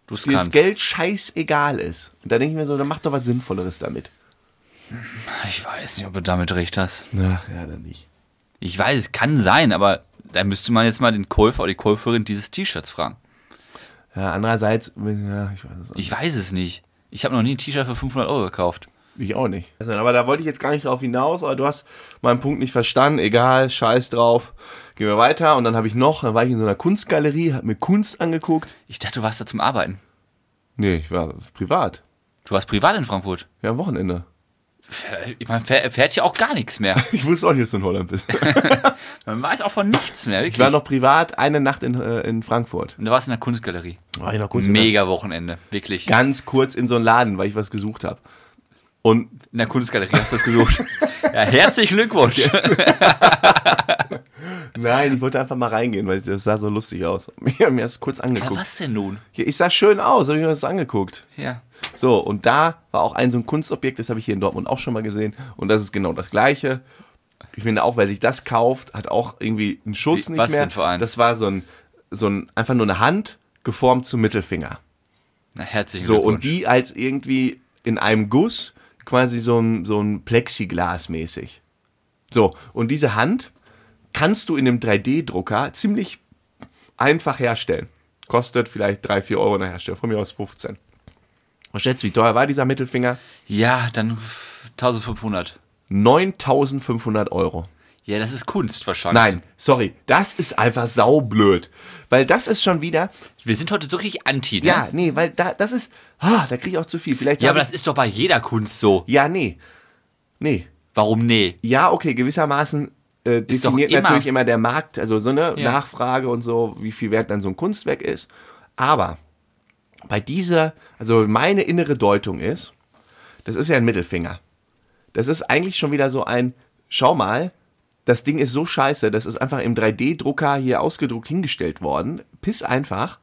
B: Du es
A: dir das
B: kannst.
A: Geld scheißegal ist. Und da denke ich mir so, dann mach doch was Sinnvolleres damit.
B: Ich weiß nicht, ob du damit recht hast.
A: Ach ja, dann nicht.
B: Ich weiß, es kann sein, aber da müsste man jetzt mal den Käufer oder die Käuferin dieses T-Shirts fragen.
A: Ja, andererseits, wenn- ja, ich weiß es auch nicht.
B: Ich weiß es nicht. Ich habe noch nie ein T-Shirt für 500 Euro gekauft.
A: Ich auch nicht. Also, aber da wollte ich jetzt gar nicht drauf hinaus, aber du hast meinen Punkt nicht verstanden. Egal, scheiß drauf. Gehen wir weiter. Und dann habe ich noch, dann war ich in so einer Kunstgalerie, hab mir Kunst angeguckt.
B: Ich dachte, du warst da zum Arbeiten.
A: Nee, ich war privat.
B: Du warst privat in Frankfurt. Äh,
A: Ja, am Wochenende. [laughs]
B: Ich meine, fähr- fährt ja auch gar nichts mehr.
A: Ich wusste auch nicht, dass du in Holland bist.
B: Man weiß auch von nichts mehr. Wirklich.
A: Ich war noch privat eine Nacht in, äh, in Frankfurt.
B: Und da warst du in der Kunstgalerie.
A: War ich noch kurz in
B: Mega Wochenende, wirklich.
A: Ganz kurz in so einen Laden, weil ich was gesucht habe. Und
B: In der Kunstgalerie hast du
A: [laughs]
B: das gesucht. ja, herzlichen Glückwunsch.
A: nein, ich wollte einfach mal reingehen, weil das sah so lustig aus. [laughs] Mir, mir hast du kurz
B: Ja,
A: angeguckt.
B: was denn nun?
A: Ja, ich sah schön aus, habe ich mir das angeguckt.
B: Ja.
A: So, und da war auch ein so ein Kunstobjekt, das habe ich hier in Dortmund auch schon mal gesehen. Und das ist genau das Gleiche. Ich finde auch, wer sich das kauft, hat auch irgendwie einen Schuss
B: Wie-
A: nicht
B: was
A: mehr.
B: denn für eins?
A: Das war so ein, so ein, einfach nur eine Hand geformt zum Mittelfinger.
B: Na, herzlichen
A: So, und
B: Glückwunsch.
A: die als irgendwie in einem Guss, quasi so ein, so ein Plexiglas mäßig. So, und diese Hand kannst du in einem 3D-Drucker ziemlich einfach herstellen. Kostet vielleicht 3, 4 Euro in der Herstellung, von mir aus 15. Was schätzt, du, wie teuer war dieser Mittelfinger?
B: ja, dann 1500.
A: 9500 Euro.
B: Ja, das ist Kunst wahrscheinlich.
A: Nein, sorry, das ist einfach saublöd. Weil das ist schon wieder,
B: Wir sind heute so richtig anti, ne?
A: ja, nee, weil da, das ist, ah, da kriege ich auch zu viel. Vielleicht
B: ja,
A: hab
B: aber
A: ich-
B: das ist doch bei jeder Kunst so.
A: ja, nee, nee.
B: Warum nee?
A: Ja, okay, gewissermaßen äh,
B: Ist doch
A: definiert
B: immer-
A: natürlich immer der Markt, also so eine
B: Ja.
A: Nachfrage und so, wie viel wert dann so ein Kunstwerk ist. Aber bei dieser, also meine innere Deutung ist, das ist ja ein Mittelfinger. Das ist eigentlich schon wieder so ein, schau mal, das Ding ist so scheiße, das ist einfach im 3D-Drucker hier ausgedruckt hingestellt worden. Piss einfach.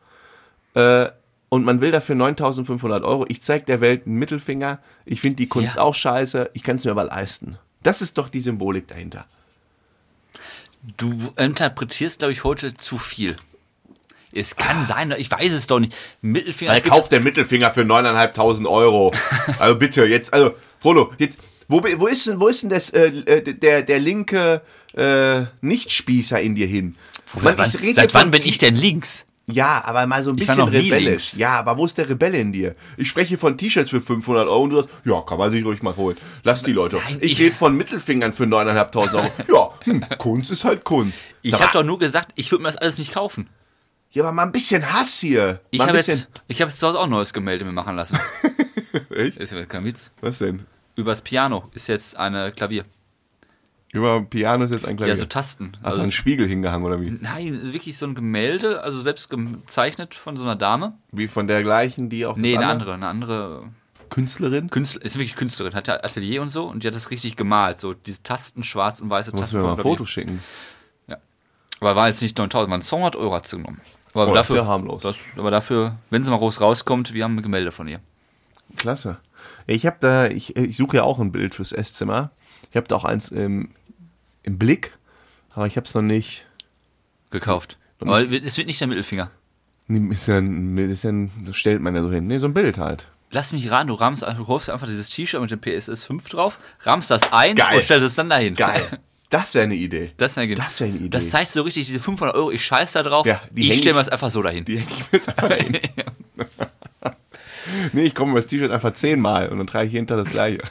A: Äh, und man will dafür 9500 Euro. Ich zeig der Welt einen Mittelfinger. Ich finde die Kunst
B: Ja.
A: auch scheiße. Ich kann es mir aber leisten. Das ist doch die Symbolik dahinter.
B: Du interpretierst, glaube ich, heute zu viel. Es kann sein, ich weiß es doch nicht. Mittelfinger.
A: Er
B: es gibt-
A: kauft den Mittelfinger für 9.500
B: [laughs]
A: Euro. Also bitte, jetzt, also, Frodo, jetzt, wo, bi- wo, ist, denn, wo ist denn das, äh, äh, der, der linke äh, Nichtspießer in dir hin? Man,
B: wann,
A: ich red hier
B: seit
A: von
B: wann bin
A: tief-
B: ich denn links?
A: Ja, aber mal so ein
B: war
A: bisschen
B: noch nie
A: rebellisch.
B: links.
A: Ja, aber wo ist der Rebelle in dir? Ich spreche von T-Shirts für 500 Euro und du sagst, ja, kann man sich ruhig mal holen. Lass die Leute.
B: Nein,
A: ich
B: ich-
A: rede von Mittelfingern für 9.500 Euro.
B: [laughs]
A: Ja, hm, Kunst ist halt Kunst.
B: Ich
A: Sag
B: habe
A: mal,
B: doch nur gesagt, ich würde mir das alles nicht kaufen.
A: ja, aber mal ein bisschen Hass hier.
B: Ich
A: Mal ein
B: habe
A: bisschen.
B: jetzt, ich habe jetzt zu Hause auch ein neues Gemälde mir machen [laughs] lassen.
A: Echt?
B: Ist ja kein Witz.
A: Was denn?
B: Übers Piano ist jetzt eine Klavier.
A: Über dem Piano ist jetzt ein Klavier.
B: Ja, so Tasten.
A: also
B: Also,
A: ein Spiegel hingehangen oder wie?
B: nein, wirklich so ein Gemälde, also selbst gezeichnet von so einer Dame.
A: Wie von der gleichen, die auch das
B: Nee, eine andere, eine andere
A: Künstlerin?
B: Künstler, ist wirklich Künstlerin, hat ja Atelier und so und die hat das richtig gemalt, so diese Tasten, schwarz und weiße
A: Musst du
B: Tasten.
A: mir mal
B: vom
A: ein
B: Klavier.
A: Foto schicken.
B: Aber war jetzt nicht 9000, waren 200 Euro hat sie genommen. Aber,
A: Oh, das
B: Also dafür,
A: ist ja harmlos.
B: Das, aber dafür, wenn sie mal groß rauskommt, wir haben ein Gemälde von ihr.
A: Klasse. Ich habe da, ich, ich suche ja auch ein Bild fürs Esszimmer. Ich habe da auch eins im, im Blick, aber ich habe es noch nicht.
B: Gekauft.
A: Und
B: Aber es wird nicht der Mittelfinger.
A: Nee, Ist ja, ein, ist ja ein, das stellt man ja so hin. Nee, so ein Bild halt.
B: Lass mich raten, du rahmst einfach, du kaufst einfach dieses T-Shirt mit dem PSS 5 drauf, rahmst das ein
A: Geil.
B: und stellst es dann dahin. [laughs]
A: Das wäre eine Idee.
B: Das wäre
A: Das wäre eine Idee.
B: Das zeigt so richtig, diese 500 Euro, ich scheiß da drauf,
A: Ja, die
B: ich
A: häng
B: stelle mir
A: ich-
B: das einfach so dahin.
A: Die hänge ich mir jetzt
B: [laughs]
A: einfach dahin. Nee, ich komme über das T-Shirt einfach zehnmal und dann trage ich hinter das
B: [laughs]
A: gleiche.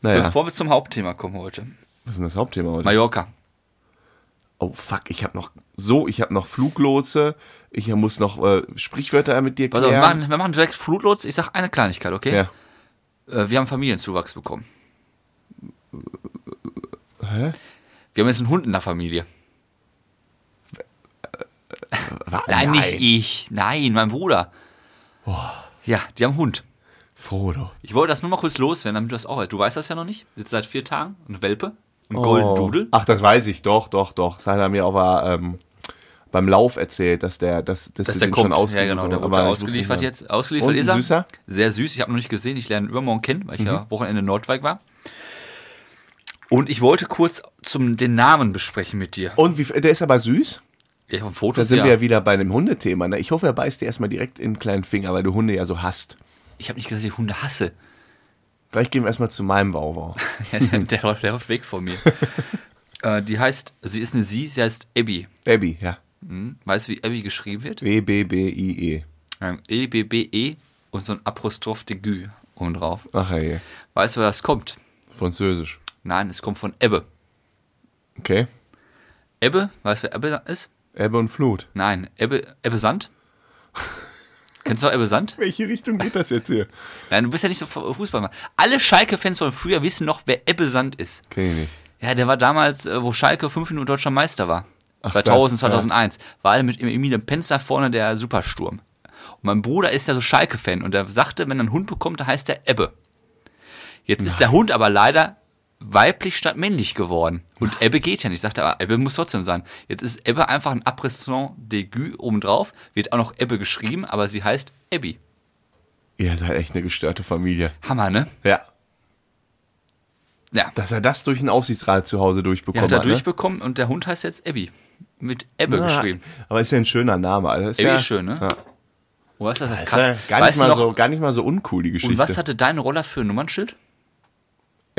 A: naja,
B: Bevor wir zum Hauptthema kommen heute.
A: was ist denn das Hauptthema heute?
B: Mallorca.
A: Oh fuck, ich habe noch so, ich habe noch Fluglotse, ich muss noch äh, Sprichwörter mit dir
B: Pass auf,
A: klären.
B: wir, machen, wir machen direkt Flutlots. Ich sag eine Kleinigkeit, okay?
A: Ja.
B: Äh, wir haben Familienzuwachs bekommen.
A: Hä?
B: Wir haben jetzt einen Hund in der Familie.
A: Wa-
B: Nein, nicht ich. Nein, mein Bruder. Ja, die haben einen Hund.
A: Frodo.
B: Ich wollte das nur mal kurz loswerden, damit du das auch weißt. Du weißt das ja noch nicht. Jetzt seit vier Tagen. Ein Welpe. Ein Golden
A: Oh.
B: Doodle.
A: Ach, das weiß ich, doch, doch, doch. Das hat er mir auch mal, ähm, beim Lauf erzählt, dass der, dass, dass,
B: Dass
A: sie
B: der
A: den
B: kommt.
A: schon ausgeliefert
B: ja, genau, der
A: haben,
B: wurde
A: aber ich wusste
B: ausgeliefert
A: nicht mehr.
B: jetzt. Ausgeliefert
A: Und,
B: ist er.
A: süßer? Mhm.
B: Sehr süß. Ich habe noch nicht gesehen. Ich lerne ihn übermorgen kennen, weil ich ja Wochenende in Nordwijk war. Und ich wollte kurz zum, den Namen besprechen mit dir.
A: Und wie, der ist aber süß.
B: Ich habe
A: Oh. Da
B: Fotos,
A: sind
B: ja.
A: wir ja wieder bei einem Hundethema. Ne? Ich hoffe, er beißt dir erstmal direkt in den kleinen Finger, weil du Hunde ja so hasst.
B: Ich habe nicht gesagt, ich Hunde hasse. [laughs]
A: Gleich gehen wir erstmal zu meinem Wauwau.
B: Ja, der, der, läuft- der läuft weg
A: [laughs]
B: von mir. äh, die heißt, sie ist eine Sie, sie heißt Abby.
A: Baby, ja.
B: Hm? Weißt du, wie Abby geschrieben wird?
A: W-B-B-I-E.
B: Ähm, E-B-B-E und so ein Apostroph de Gü oben drauf.
A: Ach je.
B: Weißt du, woher das kommt?
A: Französisch.
B: Nein, es kommt von Ebbe.
A: Okay.
B: Ebbe, weißt du, wer Ebbe ist?
A: Ebbe und Flut.
B: Nein, Ebbe, Ebbe Sand. Kennst du noch Ebbe Sand?
A: Welche Richtung geht das jetzt hier?
B: Nein, du bist ja nicht so Fußballmann. Alle Schalke-Fans von früher wissen noch, wer Ebbe Sand ist.
A: Kenn ich nicht.
B: Ja, der war damals, äh, wo Schalke fünf Minuten deutscher Meister war.
A: Ach,
B: 2000,
A: das, ja.
B: 2001. War er mit Emilien Penzer vorne der Supersturm. Und mein Bruder ist ja so Schalke-Fan und er sagte, wenn er einen Hund bekommt, dann heißt er Ebbe. Jetzt ist der Hund aber leider weiblich statt männlich geworden. Und Ebbe geht ja nicht. Ich sagte, aber Ebbe muss trotzdem sein. Jetzt ist Ebbe einfach ein Appressant d'aigu obendrauf. Wird auch noch Ebbe geschrieben, aber sie heißt Ebbi.
A: Ihr seid echt eine gestörte Familie.
B: Hammer, ne?
A: Ja.
B: Ja.
A: Dass er das durch den Aufsichtsrat zu Hause
B: Der
A: durchbekommen
B: hat er
A: hat. ne?
B: durchbekommen und der Hund heißt jetzt Ebbi. Mit Ebbe
A: Ah,
B: geschrieben.
A: Aber ist ja ein schöner Name. Also ist
B: Ey,
A: ja,
B: ist schön, ne?
A: Ja.
B: Oh, ist das
A: Ist
B: krass.
A: ja gar,
B: weißt
A: nicht
B: du
A: mal
B: noch,
A: so, gar nicht mal so uncool, die Geschichte.
B: und was hatte dein Roller für ein Nummernschild?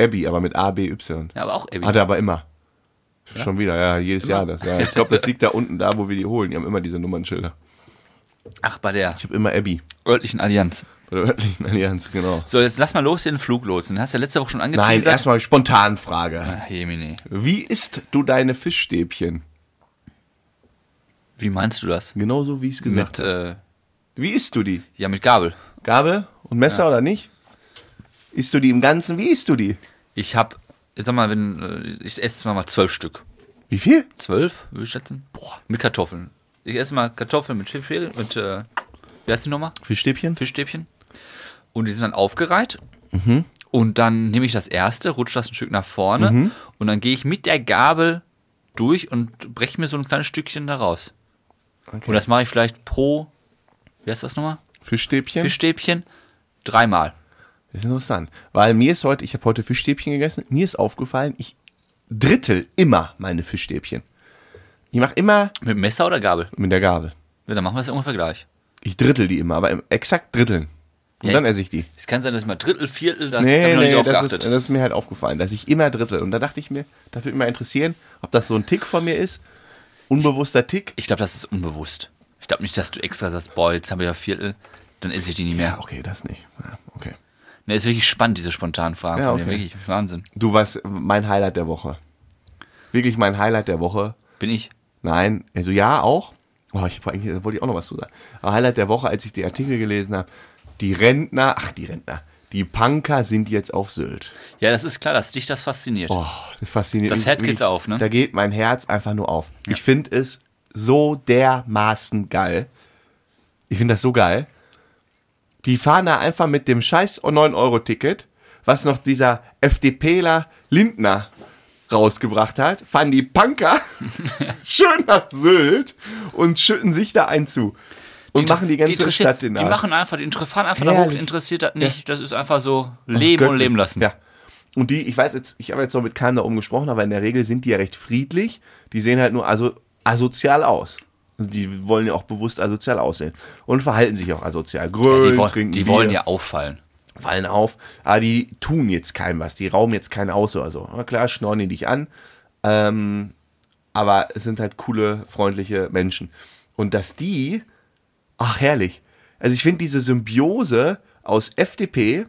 A: Abby, aber mit A, B, Y.
B: Ja, aber auch Abby.
A: Hat er aber immer. Schon wieder, ja, jedes Jahr das. Ja. Ich glaube, das liegt da unten, da, wo wir die holen. Die haben immer diese Nummernschilder.
B: Ach, bei der
A: Ich habe immer Abby.
B: örtlichen Allianz.
A: Bei der örtlichen Allianz, genau.
B: So, jetzt lass mal los den Fluglotsen. Den Hast du ja letzte Woche schon
A: Nein,
B: angeteasert.
A: erstmal spontan Frage.
B: Ach, Jemine.
A: Wie isst du deine Fischstäbchen?
B: Wie meinst du das?
A: Genauso wie ich es gesagt
B: Mit,
A: habe.
B: äh,
A: Wie isst du die?
B: ja, mit Gabel.
A: Gabel und Messer oder nicht? Isst du die im Ganzen? Wie isst du die?
B: Ich hab, jetzt sag mal, wenn, äh, ich esse mal zwölf Stück.
A: Wie viel?
B: Zwölf, würde ich schätzen? Boah. Mit Kartoffeln. Ich esse mal Kartoffeln mit Fisch, mit, äh, wie heißt die nochmal?
A: Fischstäbchen?
B: Fischstäbchen. Und die sind dann aufgereiht. Und dann nehme ich das erste, rutsche das ein Stück nach vorne und dann gehe ich mit der Gabel durch und breche mir so ein kleines Stückchen daraus.
A: Okay.
B: Und das mache ich vielleicht pro, wie heißt das nochmal?
A: Fischstäbchen?
B: Fischstäbchen dreimal.
A: Das ist interessant, weil mir ist heute, ich habe heute Fischstäbchen gegessen, mir ist aufgefallen, ich drittel immer meine Fischstäbchen. Ich mache immer
B: Mit Messer oder Gabel?
A: mit der Gabel.
B: Ja, dann machen wir es ja ungefähr gleich.
A: Ich drittel die immer, aber im- exakt dritteln. Und
B: Ja,
A: dann esse ich die.
B: Es kann sein, dass ich mal Drittel, Viertel, das
A: Nee,
B: noch
A: nee,
B: nicht
A: das ist,
B: aufgeachtet.
A: das ist mir halt aufgefallen, dass ich immer drittel. Und da dachte ich mir, das würde mich mal interessieren, ob das so ein Tick von mir ist. Unbewusster Tick.
B: Ich glaube, das ist unbewusst. Ich glaube nicht, dass du extra sagst, boah, jetzt haben wir ja Viertel, dann esse ich die nicht mehr.
A: Ja, okay, das nicht. Ja, okay.
B: Ne, ist wirklich spannend, diese spontanen Fragen
A: Ja,
B: von dir.
A: okay.
B: Wirklich, Wahnsinn.
A: Du warst mein Highlight der Woche. Wirklich mein Highlight der Woche.
B: Bin ich.
A: Nein, also ja auch. Oh, ich hab eigentlich, da wollte ich auch noch was zu sagen. Aber Highlight der Woche, als ich die Artikel gelesen habe, die Rentner, ach die Rentner, Die Punker sind jetzt auf Sylt.
B: Ja, das ist klar, dass dich das fasziniert.
A: Oh, das fasziniert
B: Das
A: mich
B: Herz geht
A: wirklich.
B: auf, ne?
A: Da geht mein Herz einfach nur auf. Ich finde es so dermaßen geil. Ich finde das so geil. Die fahren da einfach mit dem scheiß 9-Euro-Ticket, was noch dieser FDPler Lindner rausgebracht hat, fahren die
B: [laughs]
A: Punker schön nach Sylt und schütten sich da ein zu. Und machen die ganze
B: interessiert-
A: Stadt in
B: Die machen einfach, die inter- fahren einfach da hoch,
A: Herrlich.
B: die interessiert das nicht. Das ist einfach so leben und
A: Oh Göttlich.
B: leben lassen.
A: Ja. Und die, ich weiß jetzt, ich habe jetzt noch mit keinem da oben gesprochen, aber in der Regel sind die ja recht friedlich. Die sehen halt nur aso asozial aus. Also die wollen ja auch bewusst asozial aussehen. Und verhalten sich auch asozial. Grölen,
B: Die, wollen,
A: trinken
B: die
A: Bier,
B: wollen ja auffallen.
A: fallen auf. Aber die tun jetzt keinem was. Die rauben jetzt keinen aus oder so. Na klar, schnorren die dich an. Ähm, aber es sind halt coole, freundliche Menschen. Und dass die, ach herrlich. Also ich finde diese Symbiose aus FDP,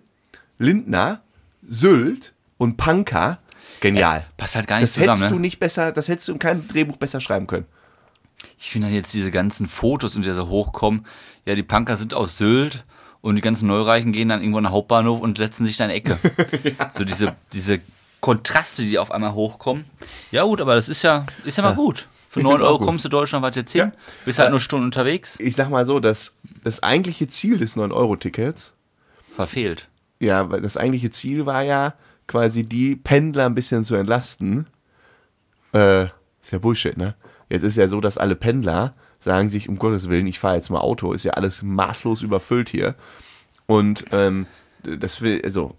A: Lindner, Sylt und Panka genial.
B: Es passt halt gar nicht
A: Das
B: zusammen.
A: hättest
B: ne?
A: du nicht besser, das hättest du in keinem Drehbuch besser schreiben können.
B: Ich finde dann jetzt diese ganzen Fotos, und die da so hochkommen. Ja, die Punker sind aus Sylt und die ganzen Neureichen gehen dann irgendwo nach Hauptbahnhof und setzen sich da in eine Ecke.
A: [laughs]
B: So diese, diese Kontraste, die auf einmal hochkommen. Ja, gut, aber das ist ja, ist ja mal gut. Für
A: Ich
B: 9
A: find's auch
B: Euro
A: gut.
B: kommst du deutschlandweit jetzt hin,
A: Ja.
B: bist halt
A: Äh,
B: nur Stunden unterwegs.
A: Ich sag mal so, das, das eigentliche Ziel des 9-Euro-Tickets
B: Verfehlt.
A: Ja, weil das eigentliche Ziel war ja, quasi die Pendler ein bisschen zu entlasten. Äh, ist ja Bullshit, ne? Jetzt ist ja so, dass alle Pendler sagen sich, um Gottes Willen, ich fahre jetzt mal Auto, ist ja alles maßlos überfüllt hier. Und ähm, das will, also,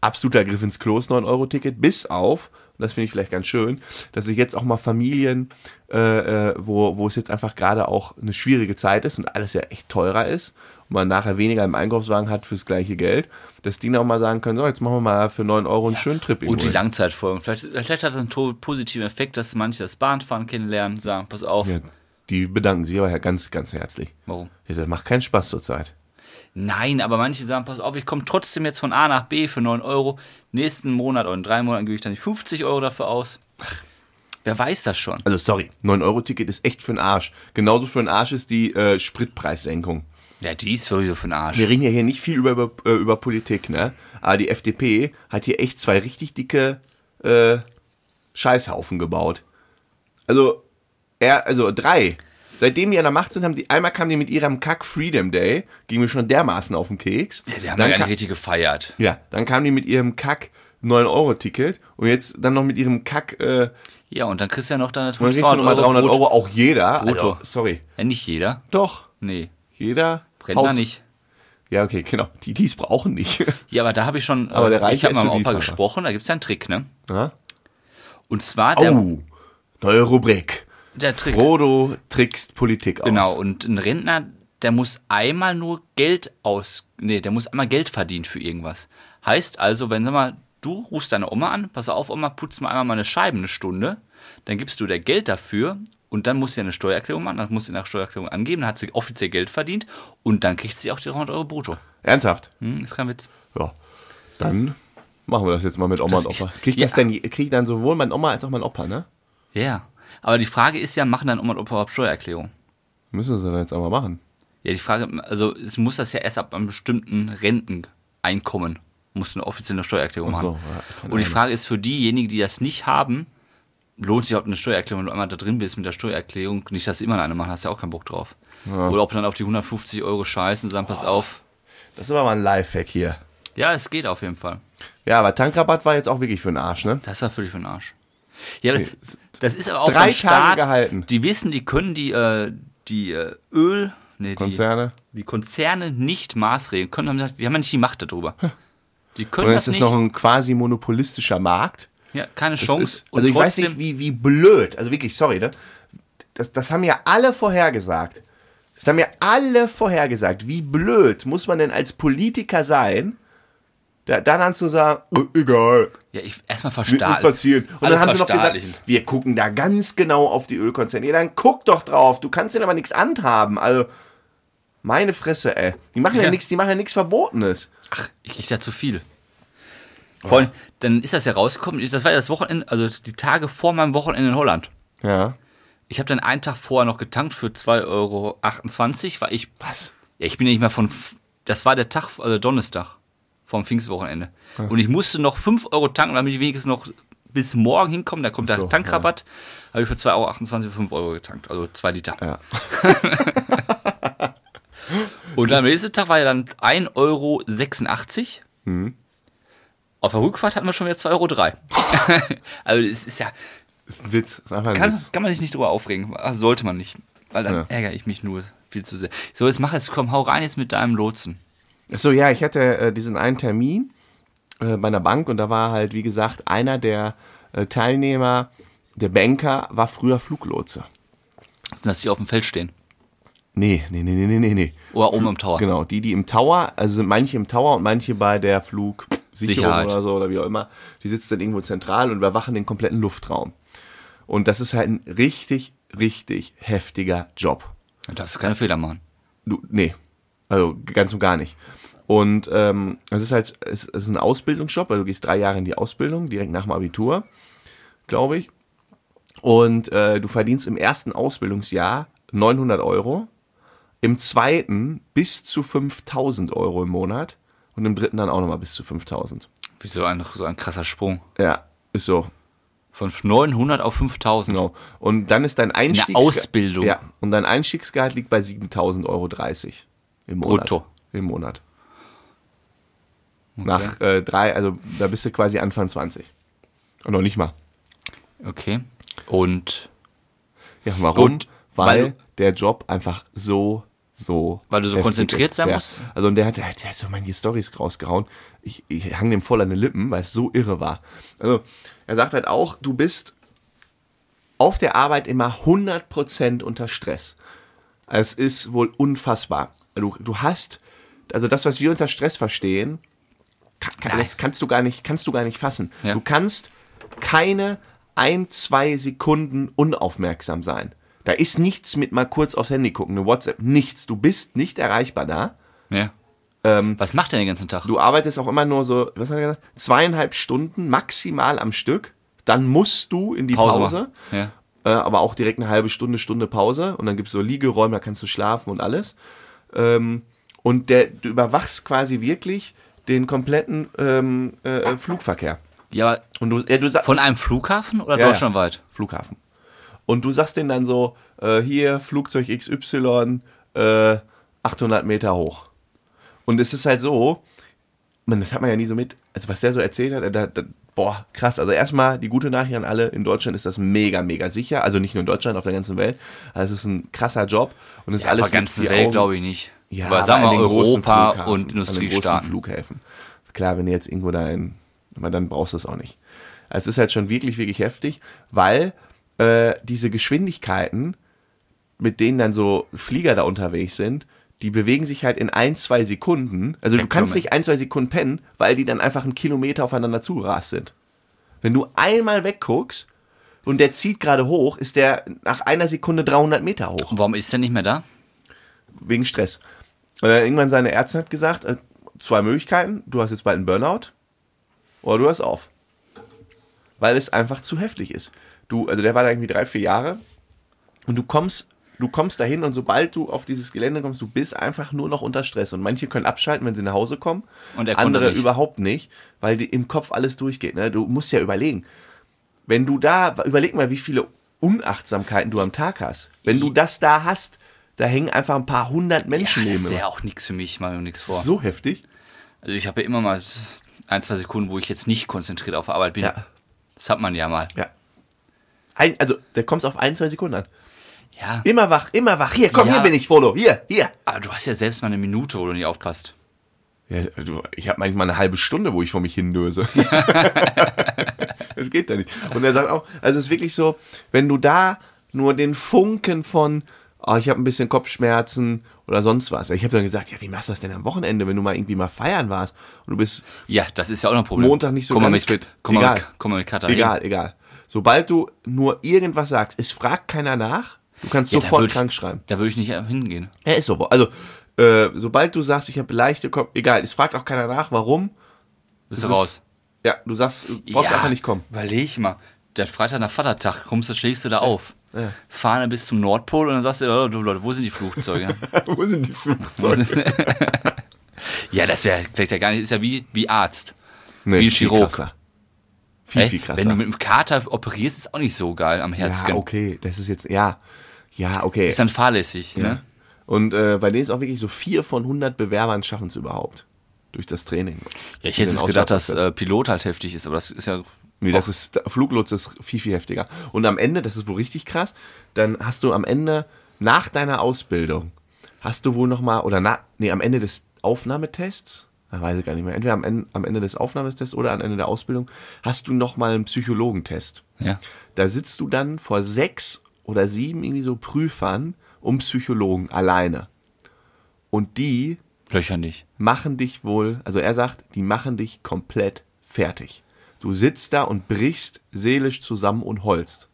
A: absoluter Griff ins Klo, 9-Euro-Ticket, bis auf, und das finde ich vielleicht ganz schön, dass sich jetzt auch mal Familien, äh, äh, wo, wo es jetzt einfach gerade auch eine schwierige Zeit ist und alles ja echt teurer ist und man nachher weniger im Einkaufswagen hat fürs gleiche Geld, dass die noch mal sagen können, so, jetzt machen wir mal für 9 Euro einen schönen Trip
B: Und die
A: irgendwo hin.
B: Langzeitfolgen. Vielleicht, vielleicht hat das einen to- positiven Effekt, dass manche das Bahnfahren kennenlernen, sagen, pass auf,
A: ja, die bedanken sich aber ganz, ganz herzlich.
B: warum?
A: Ich sage, macht keinen Spaß zurzeit.
B: Nein, aber manche sagen, pass auf, ich komme trotzdem jetzt von A nach B für 9 Euro. Nächsten Monat oder in drei Monaten gebe ich dann die 50 Euro dafür aus. Wer weiß das schon?
A: Also sorry, 9-Euro-Ticket ist echt für den Arsch. Genauso für den Arsch ist die äh, Spritpreissenkung.
B: Ja, die ist sowieso für den Arsch.
A: Wir reden ja hier nicht viel über, über, äh, über Politik, ne? Aber die FDP hat hier echt zwei richtig dicke äh, Scheißhaufen gebaut. Also, er, also drei. Seitdem die an der Macht sind, haben die einmal kamen die mit ihrem Kack Freedom Day, ging mir schon dermaßen auf den Keks.
B: Ja, die haben ja
A: dann
B: gar nicht
A: ka-
B: richtig gefeiert.
A: ja, dann kamen die mit ihrem Kack 9-Euro-Ticket und jetzt dann noch mit ihrem Kack, äh,
B: Ja, und dann kriegst du ja noch deine
A: und dann kriegst du nochmal 300 Euro, auch jeder.
B: brutto.
A: Also, sorry.
B: Ja, nicht jeder.
A: Doch,
B: Nee,
A: jeder.
B: Rentner
A: Haus-
B: nicht.
A: Ja, okay, genau. Die, die es brauchen nicht. [laughs]
B: Ja, aber da habe ich schon,
A: Aber der
B: äh, ich
A: Reiche
B: habe
A: ist
B: mal
A: so
B: mit meinem Opa
A: die Fahrer.
B: gesprochen, da gibt es ja einen Trick, ne?
A: Ja?
B: Und zwar der,
A: Oh, neue Rubrik.
B: der Trick.
A: Frodo trickst Politik aus.
B: Genau, und ein Rentner, der muss einmal nur Geld aus, nee, der muss einmal Geld verdienen für irgendwas. Heißt also, wenn, sag mal, du rufst deine Oma an, pass auf, Oma, putz mal einmal meine Scheiben eine Stunde, dann gibst du der Geld dafür und dann muss sie eine Steuererklärung machen, dann muss sie nach Steuererklärung angeben, dann hat sie offiziell Geld verdient und dann kriegt sie auch die 300 Euro brutto.
A: Ernsthaft?
B: Hm, ist kein Witz.
A: Ja. Dann machen wir das jetzt mal mit Oma
B: Das-
A: und Opa. Kriegt das
B: Ja.
A: denn, kriegt dann sowohl mein Oma als auch mein Opa, ne?
B: Ja. Aber die Frage ist ja, machen dann Oma und Opa überhaupt Steuererklärung?
A: Müssen sie dann jetzt einmal machen.
B: Ja, die Frage, also es muss das ja erst ab einem bestimmten Renteneinkommen, muss eine offizielle Steuererklärung
A: Ach so,
B: machen.
A: ja, keine
B: Und die
A: Ahnung.
B: Frage ist für diejenigen, die das nicht haben, lohnt sich überhaupt eine Steuererklärung, wenn du einmal da drin bist mit der Steuererklärung, nicht, dass sie immer eine machen, hast ja auch keinen Bock drauf. Oder ob dann auf die 150 Euro scheißen und sagen, pass auf.
A: Das ist aber mal ein Lifehack hier.
B: Ja, es geht auf jeden Fall.
A: Ja, aber Tankrabatt war jetzt auch wirklich für den Arsch, ne?
B: Das war völlig für den Arsch. Ja,
A: Nee,
B: aber das ist aber auch
A: drei
B: beim Staat,
A: Tage gehalten.
B: Die wissen, die können die, äh, die äh, Öl, nee, die,
A: Konzerne.
B: die Konzerne nicht maßregeln können, haben gesagt, die haben ja nicht die Macht darüber. Die können
A: Und
B: das
A: jetzt
B: nicht.
A: ist noch ein quasi monopolistischer Markt.
B: ja, keine
A: Das
B: Chance.
A: ist, also ich weiß nicht, wie, wie blöd, also wirklich, sorry, ne? das, das haben ja alle vorhergesagt. Das haben ja alle vorhergesagt. Wie blöd muss man denn als Politiker sein, da, danach zu sagen, "Äh, egal,
B: ja, ich erstmal
A: wird nicht
B: verstaatlichen.
A: passieren. Und dann
B: Alles
A: haben sie noch gesagt,
B: verstaatlichen.
A: wir gucken da ganz genau auf die Ölkonzerne. Ja, dann guck doch drauf, du kannst denen aber nichts anhaben. Also, meine Fresse, ey. Die machen ja,
B: Ja.
A: nichts, die machen ja nichts Verbotenes.
B: Ach, ich krieg da zu viel. Vor allem, dann ist das ja rausgekommen. Das war ja das Wochenende, also die Tage vor meinem Wochenende in Holland.
A: Ja.
B: Ich habe dann einen Tag vorher noch getankt für 2,28 Euro, weil ich,
A: Was?
B: ja, ich bin ja nicht mehr von, das war der Tag, also Donnerstag. vom Pfingstwochenende. Und ich musste noch 5 Euro tanken, damit ich wenigstens noch bis morgen hinkomme. Da kommt der
A: so,
B: Tankrabatt. Habe ich für 2,28 Euro für 5 Euro getankt. Also 2 Liter.
A: Ja.
B: [laughs] Und am nächsten Tag war ja dann 1,86 Euro.
A: Mhm.
B: Auf der Rückfahrt hatten wir schon wieder 2,03 Euro. [laughs] also es ist ja,
A: Ist ein Witz. Ist einfach ein
B: kann,
A: Witz.
B: kann man sich nicht drüber aufregen. Ach, Sollte man nicht. Weil dann
A: Ja.
B: ärgere ich mich nur viel zu sehr. So, jetzt mach jetzt, komm, hau rein jetzt mit deinem Lotsen.
A: Achso, ja, ich hatte äh, diesen einen Termin äh, bei einer Bank und da war halt, wie gesagt, einer der äh, Teilnehmer, der Banker, war früher Fluglotse.
B: Dass die auf dem Feld stehen.
A: Nee, nee, nee, nee, nee, nee, nee.
B: Oder oben am Tower.
A: Genau, die, die im Tower, also sind manche im Tower und manche bei der Flugsicherung
B: Sicherheit.
A: oder so oder wie auch immer, die sitzen dann irgendwo zentral und überwachen den kompletten Luftraum. Und das ist halt ein richtig, richtig heftiger Job.
B: Da darfst du keine Fehler machen.
A: Du, nee. Also ganz und gar nicht. Und ähm, es ist halt, es es ist ein Ausbildungsjob, weil du gehst drei Jahre in die Ausbildung, direkt nach dem Abitur, glaube ich. Und äh, du verdienst im ersten Ausbildungsjahr 900 Euro, im zweiten bis zu 5000 Euro im Monat und im dritten dann auch nochmal bis zu 5000.
B: Wie so ein, so ein krasser Sprung.
A: Ja, ist so.
B: Von 900 auf 5000.
A: Genau. Und dann ist dein Einstiegsgehalt.
B: Ausbildung.
A: Ja, und dein Einstiegsgehalt liegt bei 7.030 Euro im Monat.
B: Brutto.
A: Im Monat. Nach äh, drei, also da bist du quasi Anfang 20. Und noch nicht mal.
B: Okay. Und
A: Ja, warum?
B: Gut,
A: weil,
B: weil-
A: der Job einfach so, so.
B: Weil du so
A: heftig
B: konzentriert
A: ist.
B: sein
A: ja.
B: musst?
A: Also, und der hat, der hat der hat so manche Stories rausgehauen. Ich, ich hang dem voll an den Lippen, weil es so irre war. Also, er sagt halt auch, du bist auf der Arbeit immer 100% unter Stress. Es ist wohl unfassbar. Du, du hast, also das, was wir unter Stress verstehen, kann, kann, das kannst du gar nicht, kannst du gar nicht fassen.
B: Ja.
A: Du kannst keine ein, zwei Sekunden unaufmerksam sein. Da ist nichts mit mal kurz aufs Handy gucken, eine WhatsApp, nichts. Du bist nicht erreichbar da.
B: ja. Was macht er den ganzen Tag?
A: Ähm, Du arbeitest auch immer nur so, was hat er gesagt? Zweieinhalb Stunden maximal am Stück. Dann musst du in die Pause
B: machen. Ja.
A: äh, aber auch direkt eine halbe Stunde, Stunde Pause und dann gibt's so Liegeräume, da kannst du schlafen und alles. Ähm, und der, du überwachst quasi wirklich den kompletten ähm, äh, Flugverkehr.
B: ja, aber
A: Und du, ja, du sagst
B: von einem Flughafen oder
A: Ja, ja.
B: deutschlandweit?
A: Flughafen. Und du sagst denen dann so, äh, hier Flugzeug XY äh, 800 Meter hoch. Und es ist halt so, man, das hat man ja nie so mit, also was der so erzählt hat, äh, da, da, boah, krass. Also erstmal die gute Nachricht an alle, in Deutschland ist das mega, mega sicher. Also nicht nur in Deutschland, auf der ganzen Welt. Also es ist ein krasser Job und es ist alles
B: Auf der ganzen
A: vier
B: Welt
A: Augen-
B: glaube ich nicht.
A: ja,
B: aber
A: aber
B: sagen
A: an
B: wir
A: den großen
B: Europa
A: Flughafen,
B: und
A: An den großen
B: Industriestaaten.
A: Flughäfen. Klar, wenn du jetzt irgendwo da in, aber dann brauchst du es auch nicht. Es ist halt schon wirklich, wirklich heftig, weil äh, diese Geschwindigkeiten, mit denen dann so Flieger da unterwegs sind, die bewegen sich halt in ein, zwei Sekunden. Also du kannst
B: Kilometer.
A: nicht ein, zwei Sekunden pennen, weil die dann einfach einen Kilometer aufeinander zugerast sind. Wenn du einmal wegguckst und der zieht gerade hoch, ist der nach einer Sekunde 300 Meter hoch
B: Und warum ist er nicht mehr da?
A: wegen Stress. Und dann irgendwann seine Ärztin hat gesagt, äh, zwei Möglichkeiten, du hast jetzt bald einen Burnout oder du hörst auf. Weil es einfach zu heftig ist. Du, also der war da irgendwie drei, vier Jahre und du kommst, du kommst dahin und sobald du auf dieses Gelände kommst, du bist einfach nur noch unter Stress. Und manche können abschalten, wenn sie nach Hause kommen.
B: Und er konnte
A: andere
B: nicht.
A: überhaupt nicht, weil die im Kopf alles durchgeht. Ne? Du musst ja überlegen. Wenn du da, überleg mal, wie viele Unachtsamkeiten du am Tag hast. Wenn du das da hast, da hängen einfach ein paar hundert Menschen
B: das
A: neben.
B: wäre
A: dir.
B: auch nichts für mich, mal und nichts vor.
A: So heftig.
B: Also ich habe ja immer mal ein, zwei Sekunden, wo ich jetzt nicht konzentriert auf Arbeit bin.
A: Ja.
B: Das hat man ja mal.
A: Ja. Ein, also, da kommst auf ein, zwei Sekunden an.
B: Ja.
A: Immer wach, immer wach. Hier, komm,
B: Ja.
A: hier bin ich, Frodo. Hier, hier.
B: Aber du hast ja selbst mal eine Minute, wo du nicht aufpasst.
A: Ja, du, ich habe manchmal eine halbe Stunde, wo ich vor mich
B: [laughs]
A: hindöse. das geht ja nicht. Und er sagt auch, also es ist wirklich so, wenn du da nur den Funken von, oh, ich habe ein bisschen Kopfschmerzen oder sonst was. Ich habe dann gesagt, ja, wie machst du das denn am Wochenende, wenn du mal irgendwie mal feiern warst und du bist
B: Ja, das ist ja auch noch ein Problem.
A: Montag nicht so
B: komm mal
A: ganz
B: mit,
A: fit.
B: Komm mal
A: Egal.
B: mit, komm mal mit Katar.
A: egal, egal. Sobald du nur irgendwas sagst, es fragt keiner nach, du kannst sofort krank schreiben.
B: Da würde ich nicht hingehen.
A: Er ist so. Also, äh, sobald du sagst, ich habe leichte Kopf, egal, es fragt auch keiner nach, warum.
B: Bist
A: Es
B: du
A: ist-
B: raus.
A: Ja, du sagst, du brauchst
B: Ja,
A: einfach nicht kommen.
B: Überleg mal. Der Freitag nach Vatertag kommst du, schlägst du da auf. Fahne bis
A: [laughs]
B: zum Nordpol und dann sagst du, oh, du Leute, [laughs] wo sind die Flugzeuge?
A: Wo sind die
B: Wo
A: Flugzeuge?
B: sind- [laughs] Ja, das wäre vielleicht ja gar nicht. Ist ja wie, wie Arzt.
A: Nee,
B: Wie ein
A: viel
B: Chirurg.
A: krasser. Viel,
B: Ey,
A: viel krasser.
B: Wenn du mit einem Kater operierst, ist auch nicht so geil am Herzen.
A: ja, okay, das ist jetzt, ja. Ja, okay.
B: Ist dann fahrlässig. Ne?
A: Und äh, bei denen ist auch wirklich so vier von 100 Bewerbern schaffen es überhaupt. Durch das Training.
B: Ja, ich hätte
A: Den
B: jetzt gedacht, dass
A: Auswahlprozess.
B: äh, Pilot halt heftig ist, aber das ist ja.
A: Nee, das ist, Fluglotse ist viel, viel heftiger. Und am Ende, das ist wohl richtig krass, dann hast du am Ende, nach deiner Ausbildung, hast du wohl nochmal, oder na, nee, am Ende des Aufnahmetests, da weiß ich gar nicht mehr, entweder am Ende, am Ende des Aufnahmetests oder am Ende der Ausbildung, hast du nochmal einen Psychologentest.
B: Ja.
A: Da sitzt du dann vor sechs oder sieben irgendwie so Prüfern um Psychologen alleine. Und die
B: Löcher nicht.
A: machen dich wohl, also er sagt, die machen dich komplett fertig. Du sitzt da und brichst seelisch zusammen und heulst.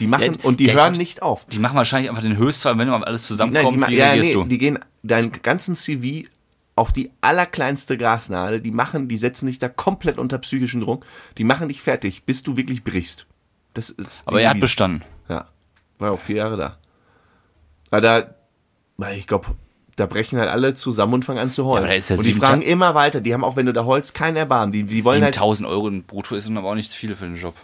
A: Die machen
B: Ja,
A: und die
B: ja,
A: hören
B: gut.
A: nicht auf.
B: Die machen wahrscheinlich einfach den Höchstfall, wenn mal alles
A: Nein,
B: zusammenkommt,
A: die, ma-
B: wie
A: ja,
B: reagierst
A: nee,
B: du?
A: die gehen deinen ganzen CV auf die allerkleinste Grasnadel, die machen, die setzen dich da komplett unter psychischen Druck, die machen dich fertig, bis du wirklich brichst. Das ist
B: aber
A: die
B: er hat
A: Devise.
B: bestanden.
A: Ja. War auch vier Jahre da. Aber da, weil ich glaube, da brechen halt alle zusammen und fangen an zu heulen.
B: aber da ist ja
A: und die
B: sieben
A: fragen
B: Ta-
A: immer weiter. Die haben auch, wenn du da heulst, kein Erbarmen. Die, die wollen halt.
B: 7000 Euro in brutto ist aber auch nicht viel für den Job.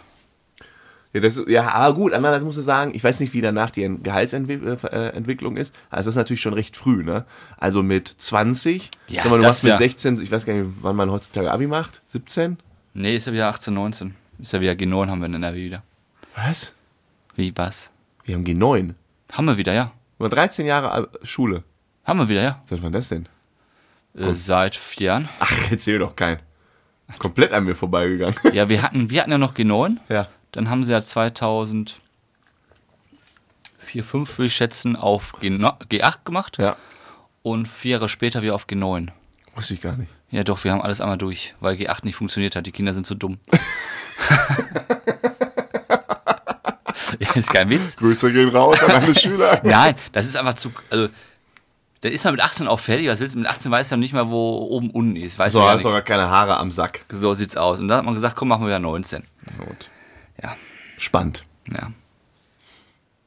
A: Ja, das, ist- ja, aber gut, andererseits musst du sagen, ich weiß nicht, wie danach die äh, Gehaltsentwicklung ist. Also, das ist natürlich schon recht früh, ne? Also mit 20,
B: Ja,
A: sag mal, du
B: das
A: machst mit
B: ja.
A: 16, ich weiß gar nicht, wann man heutzutage Abi macht. 17?
B: Nee, ist ja wieder 18, 19. Ist ja wieder G9 haben wir in NRW wieder.
A: Was?
B: Wie was?
A: Wir haben G9.
B: Haben wir wieder, ja.
A: Über 13 Jahre Ab- Schule.
B: Haben wir wieder, ja.
A: Seit wann das denn?
B: Äh, seit vier Jahren. [laughs]
A: Ach, erzähl doch keinen. Komplett an mir vorbeigegangen.
B: Ja, wir hatten, wir hatten ja noch G9.
A: Ja.
B: Dann haben sie ja 2004, 5 würde ich schätzen, auf G9 G8 gemacht.
A: Ja.
B: Und vier Jahre später wieder auf G9.
A: Wusste ich gar nicht.
B: Ja, doch, wir haben alles einmal durch, weil G8 nicht funktioniert hat. Die Kinder sind
A: [laughs]
B: zu dumm. [laughs] ja, ist kein Witz.
A: Grüße gehen raus an [laughs] alle Schüler.
B: Nein, das ist einfach zu. Also, dann ist man mit 18 auch fertig. Was willst du? Mit 18 weißt du noch nicht mal, wo oben unten ist. Weißt
A: So, also-
B: du gar
A: hast
B: nicht.
A: doch gar keine Haare am Sack.
B: so sieht's aus. Und dann hat man gesagt, komm, machen wir wieder 19. Ja,
A: Spannend.
B: ja.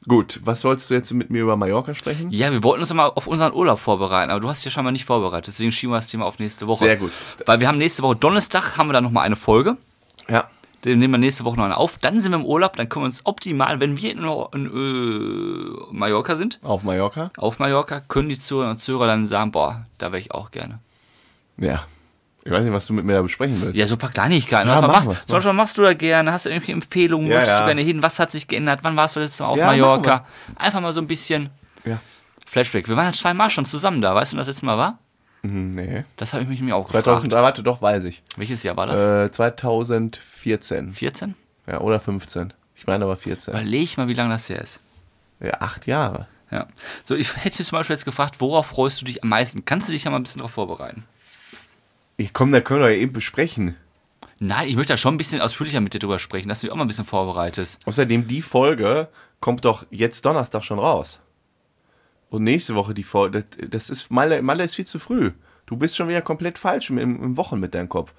A: Gut, was sollst du jetzt mit mir über Mallorca sprechen?
B: Ja, wir wollten uns mal auf unseren Urlaub vorbereiten, aber du hast dich ja scheinbar nicht vorbereitet. Deswegen schieben wir das Thema auf nächste Woche.
A: Sehr gut.
B: Weil wir haben nächste Woche Donnerstag, haben wir dann nochmal eine Folge.
A: Ja.
B: Den nehmen wir nächste Woche noch eine auf. Dann sind wir im Urlaub, dann können wir uns optimal, wenn wir in, in äh, Mallorca sind,
A: Auf Mallorca?
B: auf Mallorca, können die Zuhörer und Zuhörer dann sagen, boah, da wäre ich auch gerne.
A: Ja. Ich weiß nicht, was du mit mir da besprechen willst.
B: Ja, so ein paar Kleinigkeiten.
A: Ja,
B: was
A: machen
B: machst,
A: wir.
B: Zum Beispiel, was machst du da gerne? Hast du irgendwelche Empfehlungen?
A: Ja,
B: Möchtest
A: ja.
B: du gerne hin? Was hat sich geändert? Wann warst du letztes Mal auf
A: Ja,
B: Mallorca? Einfach mal so ein bisschen
A: Ja.
B: Flashback. Wir waren ja zweimal schon zusammen da. Weißt du, wann das letzte Mal war?
A: Hm, Nee.
B: Das habe ich mich nämlich auch gefragt.
A: 2000, ah, warte, doch, weiß ich.
B: Welches Jahr war das?
A: Äh, 2014.
B: 14?
A: Ja, oder 15. Ich meine aber 14.
B: Überleg mal, wie lange das her ist.
A: Ja, acht Jahre.
B: Ja. So, ich [laughs] hätte dich zum Beispiel jetzt gefragt, worauf freust du dich am meisten? Kannst du dich ja mal ein bisschen darauf vorbereiten?
A: Ich komm, da können wir ja eben besprechen.
B: Nein, ich möchte da schon ein bisschen ausführlicher mit dir drüber sprechen, dass du dich auch mal ein bisschen vorbereitest.
A: Außerdem, die Folge kommt doch jetzt Donnerstag schon raus. Und nächste Woche die Folge. Das, das ist Malle, Malle ist viel zu früh. Du bist schon wieder komplett falsch im, im Wochen mit deinem Kopf.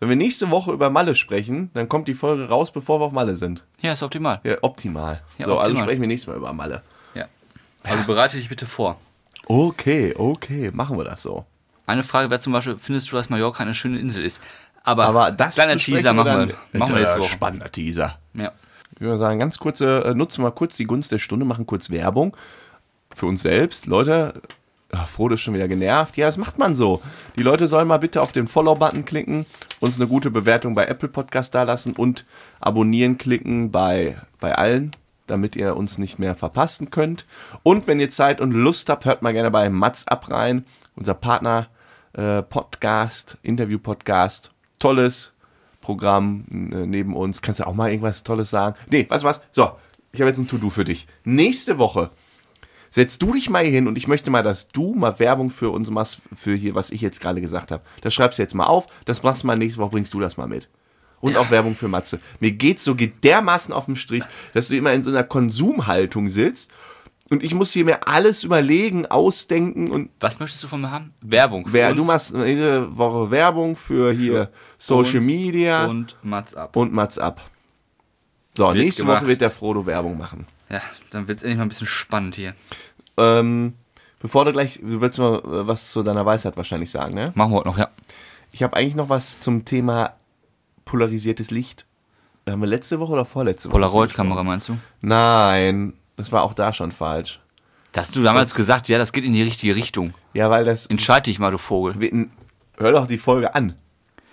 A: Wenn wir nächste Woche über Malle sprechen, dann kommt die Folge raus, bevor wir auf Malle sind.
B: Ja, ist optimal.
A: Ja, optimal.
B: Ja,
A: so, also
B: optimal.
A: sprechen wir nächstes Mal über Malle.
B: Ja. Also bereite dich bitte vor.
A: Okay, okay, machen wir das so.
B: Eine Frage wäre zum Beispiel, findest du, dass Mallorca eine schöne Insel ist? Aber,
A: Aber das
B: kleiner
A: besprechen
B: Teaser machen
A: dann-
B: wir. Machen wir jetzt
A: Äh,
B: so.
A: Spannender Teaser.
B: Ja.
A: Ich würde mal sagen, ganz kurze, äh, nutzen wir kurz die Gunst der Stunde, machen kurz Werbung für uns selbst. Leute, ach, Frodo ist schon wieder genervt. Ja, das macht man so. Die Leute sollen mal bitte auf den Follow-Button klicken, uns eine gute Bewertung bei Apple Podcast dalassen und abonnieren klicken bei, bei allen, damit ihr uns nicht mehr verpassen könnt. Und wenn ihr Zeit und Lust habt, hört mal gerne bei Mats ab rein, unser Partner äh, Podcast, Interview-Podcast. Tolles Programm äh, neben uns. Kannst du auch mal irgendwas Tolles sagen? Nee, was, was? So, ich habe jetzt ein To-Do für dich. Nächste Woche setzt du dich mal hier hin und ich möchte mal, dass du mal Werbung für uns machst, für hier, was ich jetzt gerade gesagt habe. Das schreibst du jetzt mal auf, das machst du mal nächste Woche, bringst du das mal mit. Und auch Werbung für Matze. Mir geht's so geht dermaßen auf den Strich, dass du immer in so einer Konsumhaltung sitzt und ich muss hier mir alles überlegen, ausdenken und
B: Was möchtest du von mir haben? Werbung. für
A: wer,
B: uns
A: du machst jede Woche Werbung für hier Social
B: uns
A: Media und,
B: Und Mats ab.
A: Mats ab. So,
B: Wird
A: nächste
B: gemacht.
A: Woche wird der Frodo Werbung machen.
B: Ja, dann wird es endlich mal ein bisschen spannend hier.
A: Ähm, Bevor du gleich, du willst mal äh, was zu deiner Weisheit wahrscheinlich sagen, ne?
B: Machen wir heute noch, ja.
A: Ich habe eigentlich noch was zum Thema polarisiertes Licht. Haben wir letzte Woche oder vorletzte Woche?
B: Polaroid-Kamera meinst du?
A: Nein, das war auch da schon falsch.
B: Da hast du damals gesagt, ja, das geht in die richtige Richtung.
A: Ja, weil das.
B: Entscheid dich mal, du Vogel.
A: Wir- Hör doch die Folge an.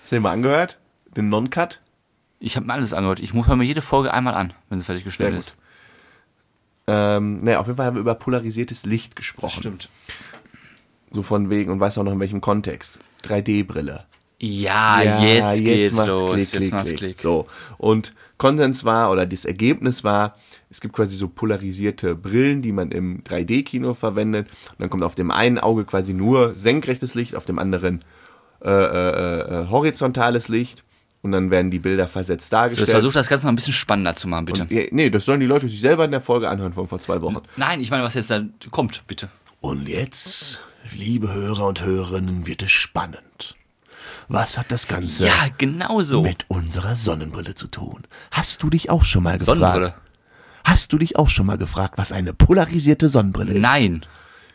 A: Hast du den mal angehört? Den Non-Cut?
B: Ich habe mir alles angehört. Ich höre mir jede Folge einmal an, wenn sie fertig geschnitten
A: Sehr
B: ist.
A: Ähm, naja, auf jeden Fall haben wir über polarisiertes Licht gesprochen.
B: Stimmt.
A: So von wegen und weiß auch noch in welchem Kontext. 3D-Brille.
B: Ja, Ah, jetzt, geht's los. jetzt macht's Klick.
A: So. Und Konsens war, oder das Ergebnis war, es gibt quasi so polarisierte Brillen, die man im 3D-Kino verwendet. Und dann kommt auf dem einen Auge quasi nur senkrechtes Licht, auf dem anderen äh, äh, äh, horizontales Licht. Und dann werden die Bilder versetzt
B: So, jetzt
A: dargestellt.
B: versuch das Ganze mal ein bisschen spannender zu machen, bitte.
A: ja, nee, das sollen die Leute sich selber in der Folge anhören von vor zwei Wochen.
B: Nein, ich meine, was jetzt da kommt, bitte.
A: Und jetzt, liebe Hörer und Hörerinnen, wird es spannend. Was hat das Ganze
B: Ja, genau so.
A: mit unserer Sonnenbrille zu tun? Hast du dich auch schon mal gefragt?
B: Sonnenbrille.
A: Hast du dich auch schon mal gefragt, was eine polarisierte Sonnenbrille ist?
B: Nein.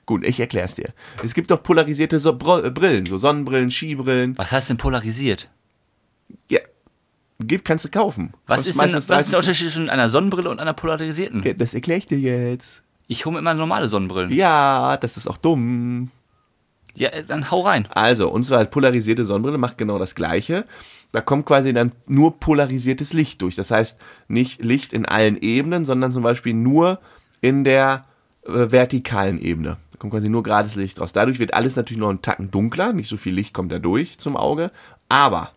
A: Gut, ich erklär's dir. Es gibt doch polarisierte so Bro- äh, Brillen, so Sonnenbrillen, Skibrillen.
B: Was heißt denn polarisiert?
A: Ja. Gibt, kannst du kaufen.
B: Was
A: Kostet
B: ist denn
A: meistens
B: was ist der
A: 30
B: Unterschied zwischen einer Sonnenbrille und einer polarisierten?
A: Ja, Das erkläre ich dir jetzt.
B: Ich hole mir immer normale Sonnenbrillen.
A: Ja, das ist auch dumm.
B: Ja, äh, dann hau rein.
A: Also, unsere halt polarisierte Sonnenbrille macht genau das Gleiche. Da kommt quasi dann nur polarisiertes Licht durch. Das heißt, nicht Licht in allen Ebenen, sondern zum Beispiel nur in der äh, vertikalen Ebene. Da kommt quasi nur gerades Licht raus. Dadurch wird alles natürlich noch einen Tacken dunkler. Nicht so viel Licht kommt da durch zum Auge. Aber,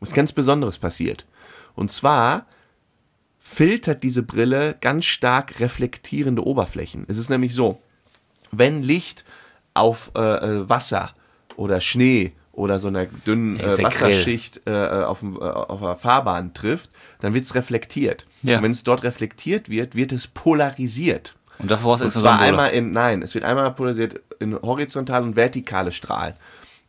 A: was ganz Besonderes passiert. Und zwar filtert diese Brille ganz stark reflektierende Oberflächen. Es ist nämlich so, wenn Licht auf äh, äh, Wasser oder Schnee oder so einer dünnen
B: ist
A: äh,
B: ja
A: Wasserschicht äh, auf, dem, äh, auf der Fahrbahn trifft, dann wird es reflektiert.
B: Ja.
A: Und wenn es dort reflektiert wird, wird es polarisiert.
B: Und dafür brauchst du
A: Und
B: extra
A: zwar
B: Sonnenbrille.
A: einmal in, nein, es wird einmal polarisiert in horizontale und vertikale Strahlen.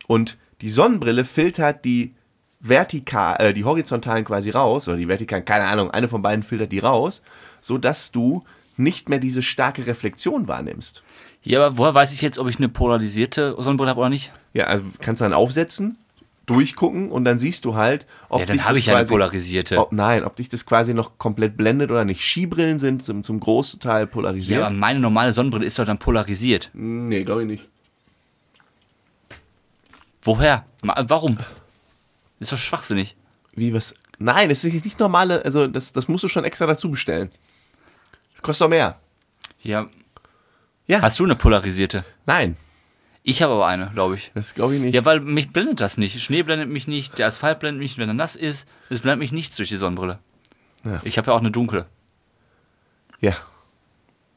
A: Und die Sonnenbrille filtert die vertikal, äh, die horizontalen quasi raus, oder die vertikalen, keine Ahnung, eine von beiden filtert die raus, sodass du nicht mehr diese starke Reflexion wahrnimmst.
B: ja, aber woher weiß ich jetzt, ob ich eine polarisierte Sonnenbrille habe oder nicht?
A: Ja, also kannst dann aufsetzen, durchgucken und dann siehst du halt, ob
B: Ja, dann
A: dich
B: habe
A: das
B: ich ja eine
A: quasi-
B: polarisierte.
A: Ob, nein, ob dich das quasi noch komplett blendet oder nicht. Skibrillen sind zum, zum großen Teil
B: Ja,
A: polarisiert. Hm,
B: aber meine normale Sonnenbrille ist doch dann polarisiert.
A: nee, glaube ich nicht.
B: Woher? Ma- Warum? Ist doch schwachsinnig.
A: Wie was? Nein, das ist jetzt nicht normale, also das, das musst du schon extra dazu bestellen. Das kostet doch mehr.
B: Ja.
A: Ja.
B: Hast du eine polarisierte?
A: Nein,
B: Ich habe aber eine, glaube ich.
A: das glaube ich nicht.
B: Ja, weil mich blendet das nicht. Schnee blendet mich nicht, der Asphalt blendet mich, nicht, wenn er nass ist. Es blendet mich nichts durch die Sonnenbrille.
A: Ja.
B: Ich habe ja auch eine dunkle.
A: Ja.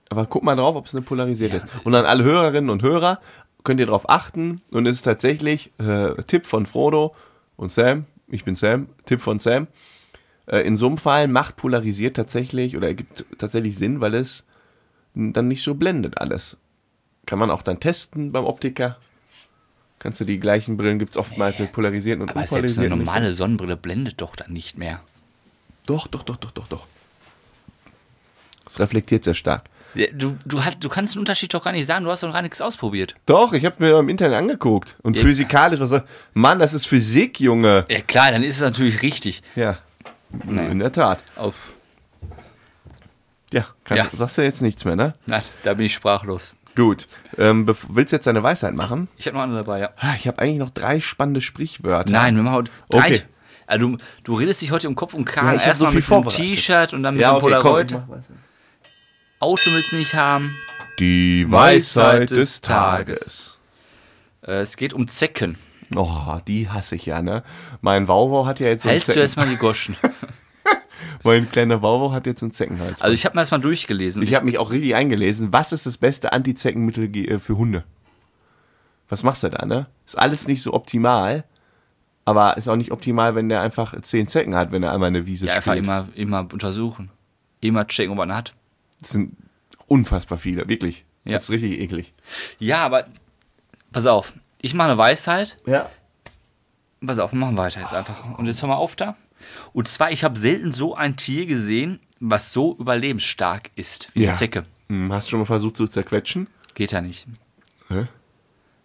A: Aber guck mal drauf, ob es eine polarisierte ist. Und an alle Hörerinnen und Hörer könnt ihr drauf achten. Und es ist tatsächlich äh, Tipp von Frodo und Sam. Ich bin Sam. Tipp von Sam. Äh, in so einem Fall macht polarisiert tatsächlich oder ergibt tatsächlich Sinn, weil es n- dann nicht so blendet alles. Kann man auch dann testen beim Optiker. Kannst du die gleichen Brillen gibt es oftmals mit polarisierten und
B: Äh, Aber selbst eine
A: unpolarisierten.
B: normale Sonnenbrille blendet doch dann nicht mehr.
A: Doch, doch, doch, doch, doch, doch. Es reflektiert sehr stark.
B: Ja, Du, du, hat, du kannst den Unterschied doch gar nicht sagen, du hast doch gar nichts ausprobiert.
A: Doch, ich habe mir im Internet angeguckt. Und
B: Ja.
A: physikalisch, was soll- Mann, das ist Physik, Junge.
B: Ja klar, dann ist es natürlich richtig.
A: Ja. In der Tat.
B: Auf,
A: Ja, kannst,
B: Ja.
A: sagst du jetzt nichts mehr, ne?
B: na, da bin ich sprachlos.
A: Gut. Ähm, bev- willst du jetzt deine Weisheit machen?
B: Ich habe noch eine dabei, ja.
A: Ah, Ich habe eigentlich noch drei spannende Sprichwörter.
B: Nein, wir machen heute
A: Okay.
B: drei. Also, du, du redest dich heute um Kopf und Kragen.
A: Ja, ich hab so
B: Erstmal
A: viel
B: mit dem
A: vorbereitet.
B: T-Shirt und dann mit
A: ja,
B: dem
A: okay,
B: Polaroid.
A: Komm, ich mach Weisheit.
B: Auto willst du nicht haben.
A: Die
B: Weisheit
A: Weisheit
B: des
A: des Tages.
B: Äh, es geht um Zecken.
A: Oh, die hasse ich ja, ne? Mein Wauwau hat ja jetzt so einen
B: Hältst du
A: Zecken.
B: erstmal
A: [laughs]
B: die Goschen?
A: Mein kleiner Wauwau hat jetzt so einen Zeckenhals.
B: Also, ich habe mir erstmal durchgelesen.
A: Ich habe mich auch richtig eingelesen. Was ist das beste Antizeckenmittel ge- äh, für Hunde? Was machst du da, ne? Ist alles nicht so optimal, aber ist auch nicht optimal, wenn der einfach zehn Zecken hat, wenn er einmal eine Wiese
B: ja, einfach
A: spielt.
B: immer, immer untersuchen. Immer checken, ob man hat.
A: Das sind unfassbar viele, wirklich.
B: Ja.
A: Das ist richtig eklig.
B: Ja, aber pass auf. Ich mache eine Weisheit.
A: Ja.
B: Pass auf, wir machen weiter jetzt einfach. Und jetzt hör mal auf da. Und zwar, ich habe selten so ein Tier gesehen, was so überlebensstark ist wie
A: Ja.
B: eine Zecke.
A: Hm, hast du schon mal versucht zu zerquetschen?
B: Geht ja nicht.
A: Hä?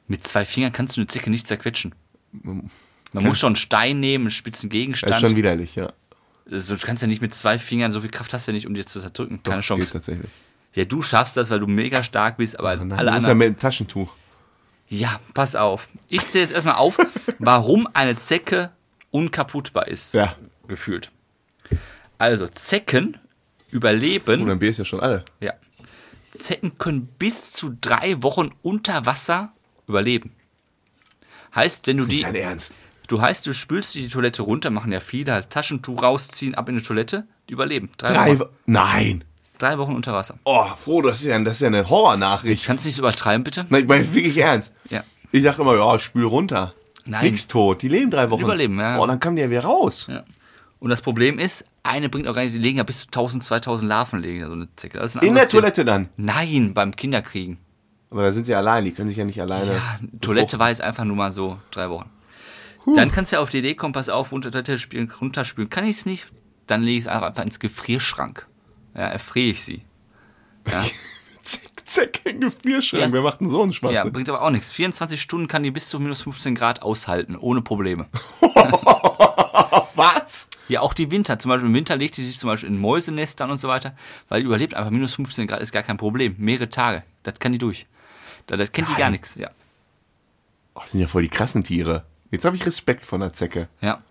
B: Mit zwei Fingern kannst du eine Zicke nicht zerquetschen. Man muss schon einen Stein nehmen, einen spitzen
A: Das ist
B: Gegenstand.
A: Hm. Äh, schon widerlich, ja.
B: Also, du kannst ja nicht mit zwei Fingern, so viel Kraft hast du ja nicht, um dir zu zerdrücken.
A: Doch, Geht
B: Keine Chance.
A: tatsächlich.
B: Ja, du schaffst das, weil du mega stark bist, aber
A: Nein,
B: alle
A: du musst ja
B: anderen.
A: mit dem Taschentuch.
B: Ja, pass auf. Ich zähle jetzt erstmal
A: [laughs]
B: auf, warum eine Zecke unkaputtbar ist.
A: Ja.
B: Gefühlt. Also, Zecken
A: Und
B: überleben.
A: Oh, dann Bier ist ja schon alle.
B: Ja. Zecken können bis zu drei Wochen unter Wasser überleben. Heißt, wenn du die.
A: Dein Ernst.
B: Du heißt, du spülst die Toilette runter, machen ja viele halt Taschentuch rausziehen, ab in die Toilette, die überleben. Drei,
A: Drei.
B: Wochen,
A: Wo- Nein.
B: drei Wochen unter Wasser.
A: Oh, Frodo, das ist ja, das ist ja eine Horrornachricht.
B: Kannst du nicht so übertreiben, bitte?
A: Nein, ich meine wirklich ernst.
B: Ja.
A: Ich dachte immer, ja, spül runter.
B: Nein.
A: Nix tot. Die leben drei Wochen.
B: Überleben, ja.
A: Oh, dann kamen die ja wieder raus.
B: Ja. Und das Problem ist, eine bringt auch gar nicht, die legen ja bis zu 1000, 2000 Larven legen, ja, so eine Zecke. Das ist ein
A: In der
B: anderes Thema.
A: Toilette dann.
B: Nein, beim
A: [laughs]
B: Kinderkriegen.
A: Aber da sind sie allein, die können sich ja nicht alleine.
B: Toilette war jetzt einfach nur mal so drei Wochen. Dann kannst du ja auf die Idee kommen, pass auf, unter Toilette spielen, runterspülen. Kann ich es nicht? Dann lege ich es einfach ins Gefrierschrank. Ja, erfriere ich sie.
A: [laughs] Zick, zack, in den Gefrierschrank.
B: Ja.
A: Wer macht denn so einen
B: Ja,
A: Schwachsinn?
B: bringt aber auch nichts. 24 Stunden kann die bis zu minus 15 Grad aushalten, ohne Probleme.
A: Was?
B: Ja, auch die Winter. Zum Beispiel im Winter legt die sich zum Beispiel in Mäusenestern und so weiter, weil die überlebt einfach minus 15 Grad ist gar kein Problem. Mehrere Tage. Das kann die durch. Da, das kennt die gar
A: Nein.
B: nichts. Ja.
A: Oh, das sind ja voll die krassen Tiere. Jetzt habe ich Respekt vor einer Zecke.
B: ja.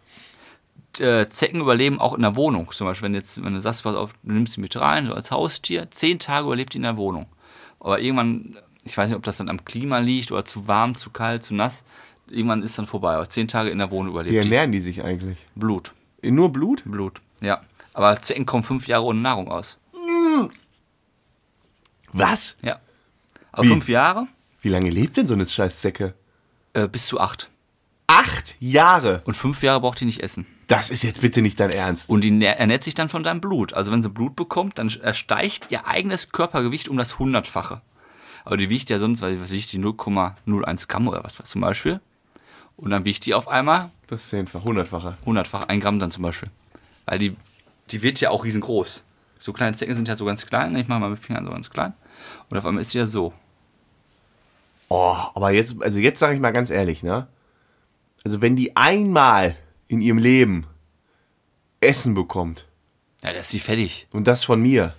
B: Und, äh, Zecken überleben auch in der Wohnung. Zum Beispiel, wenn, jetzt, wenn du sagst, pass auf, du nimmst sie mit rein, so als Haustier, zehn Tage überlebt die in der Wohnung. Aber irgendwann, ich weiß nicht, ob das dann am Klima liegt oder zu warm, zu kalt, zu nass, irgendwann ist dann vorbei. Aber zehn Tage in der Wohnung
A: Wie
B: überlebt
A: ernähren die sich eigentlich?
B: die. Blut.
A: In nur Blut?
B: Blut. Ja. Aber Zecken kommen fünf Jahre ohne Nahrung aus.
A: Was?
B: Ja. Aber
A: Wie?
B: fünf Jahre
A: Wie lange lebt denn so eine scheiß Zecke?
B: äh, bis zu acht.
A: Acht Jahre!
B: Und fünf Jahre braucht die nicht essen.
A: Das ist jetzt bitte nicht dein Ernst.
B: Und die nä- ernährt sich dann von deinem Blut. Also wenn sie Blut bekommt, dann ersteigt ihr eigenes Körpergewicht um das Hundertfache. Aber die wiegt ja sonst, weil was wiegt die 0,01 Gramm oder was, was zum Beispiel. Und dann wiegt die auf einmal
A: Das ist zehnfach, hundertfacher.
B: hundertfach, ein Gramm dann zum Beispiel. Weil die, die wird ja auch riesengroß. So kleine Zecken sind ja so ganz klein. Ich mache mal mit Fingern so ganz klein. Und auf einmal ist sie ja so.
A: Oh, aber jetzt, also jetzt sage ich mal ganz ehrlich, ne? Also wenn die einmal in ihrem Leben Essen bekommt
B: Ja, das ist sie fertig.
A: und das von mir,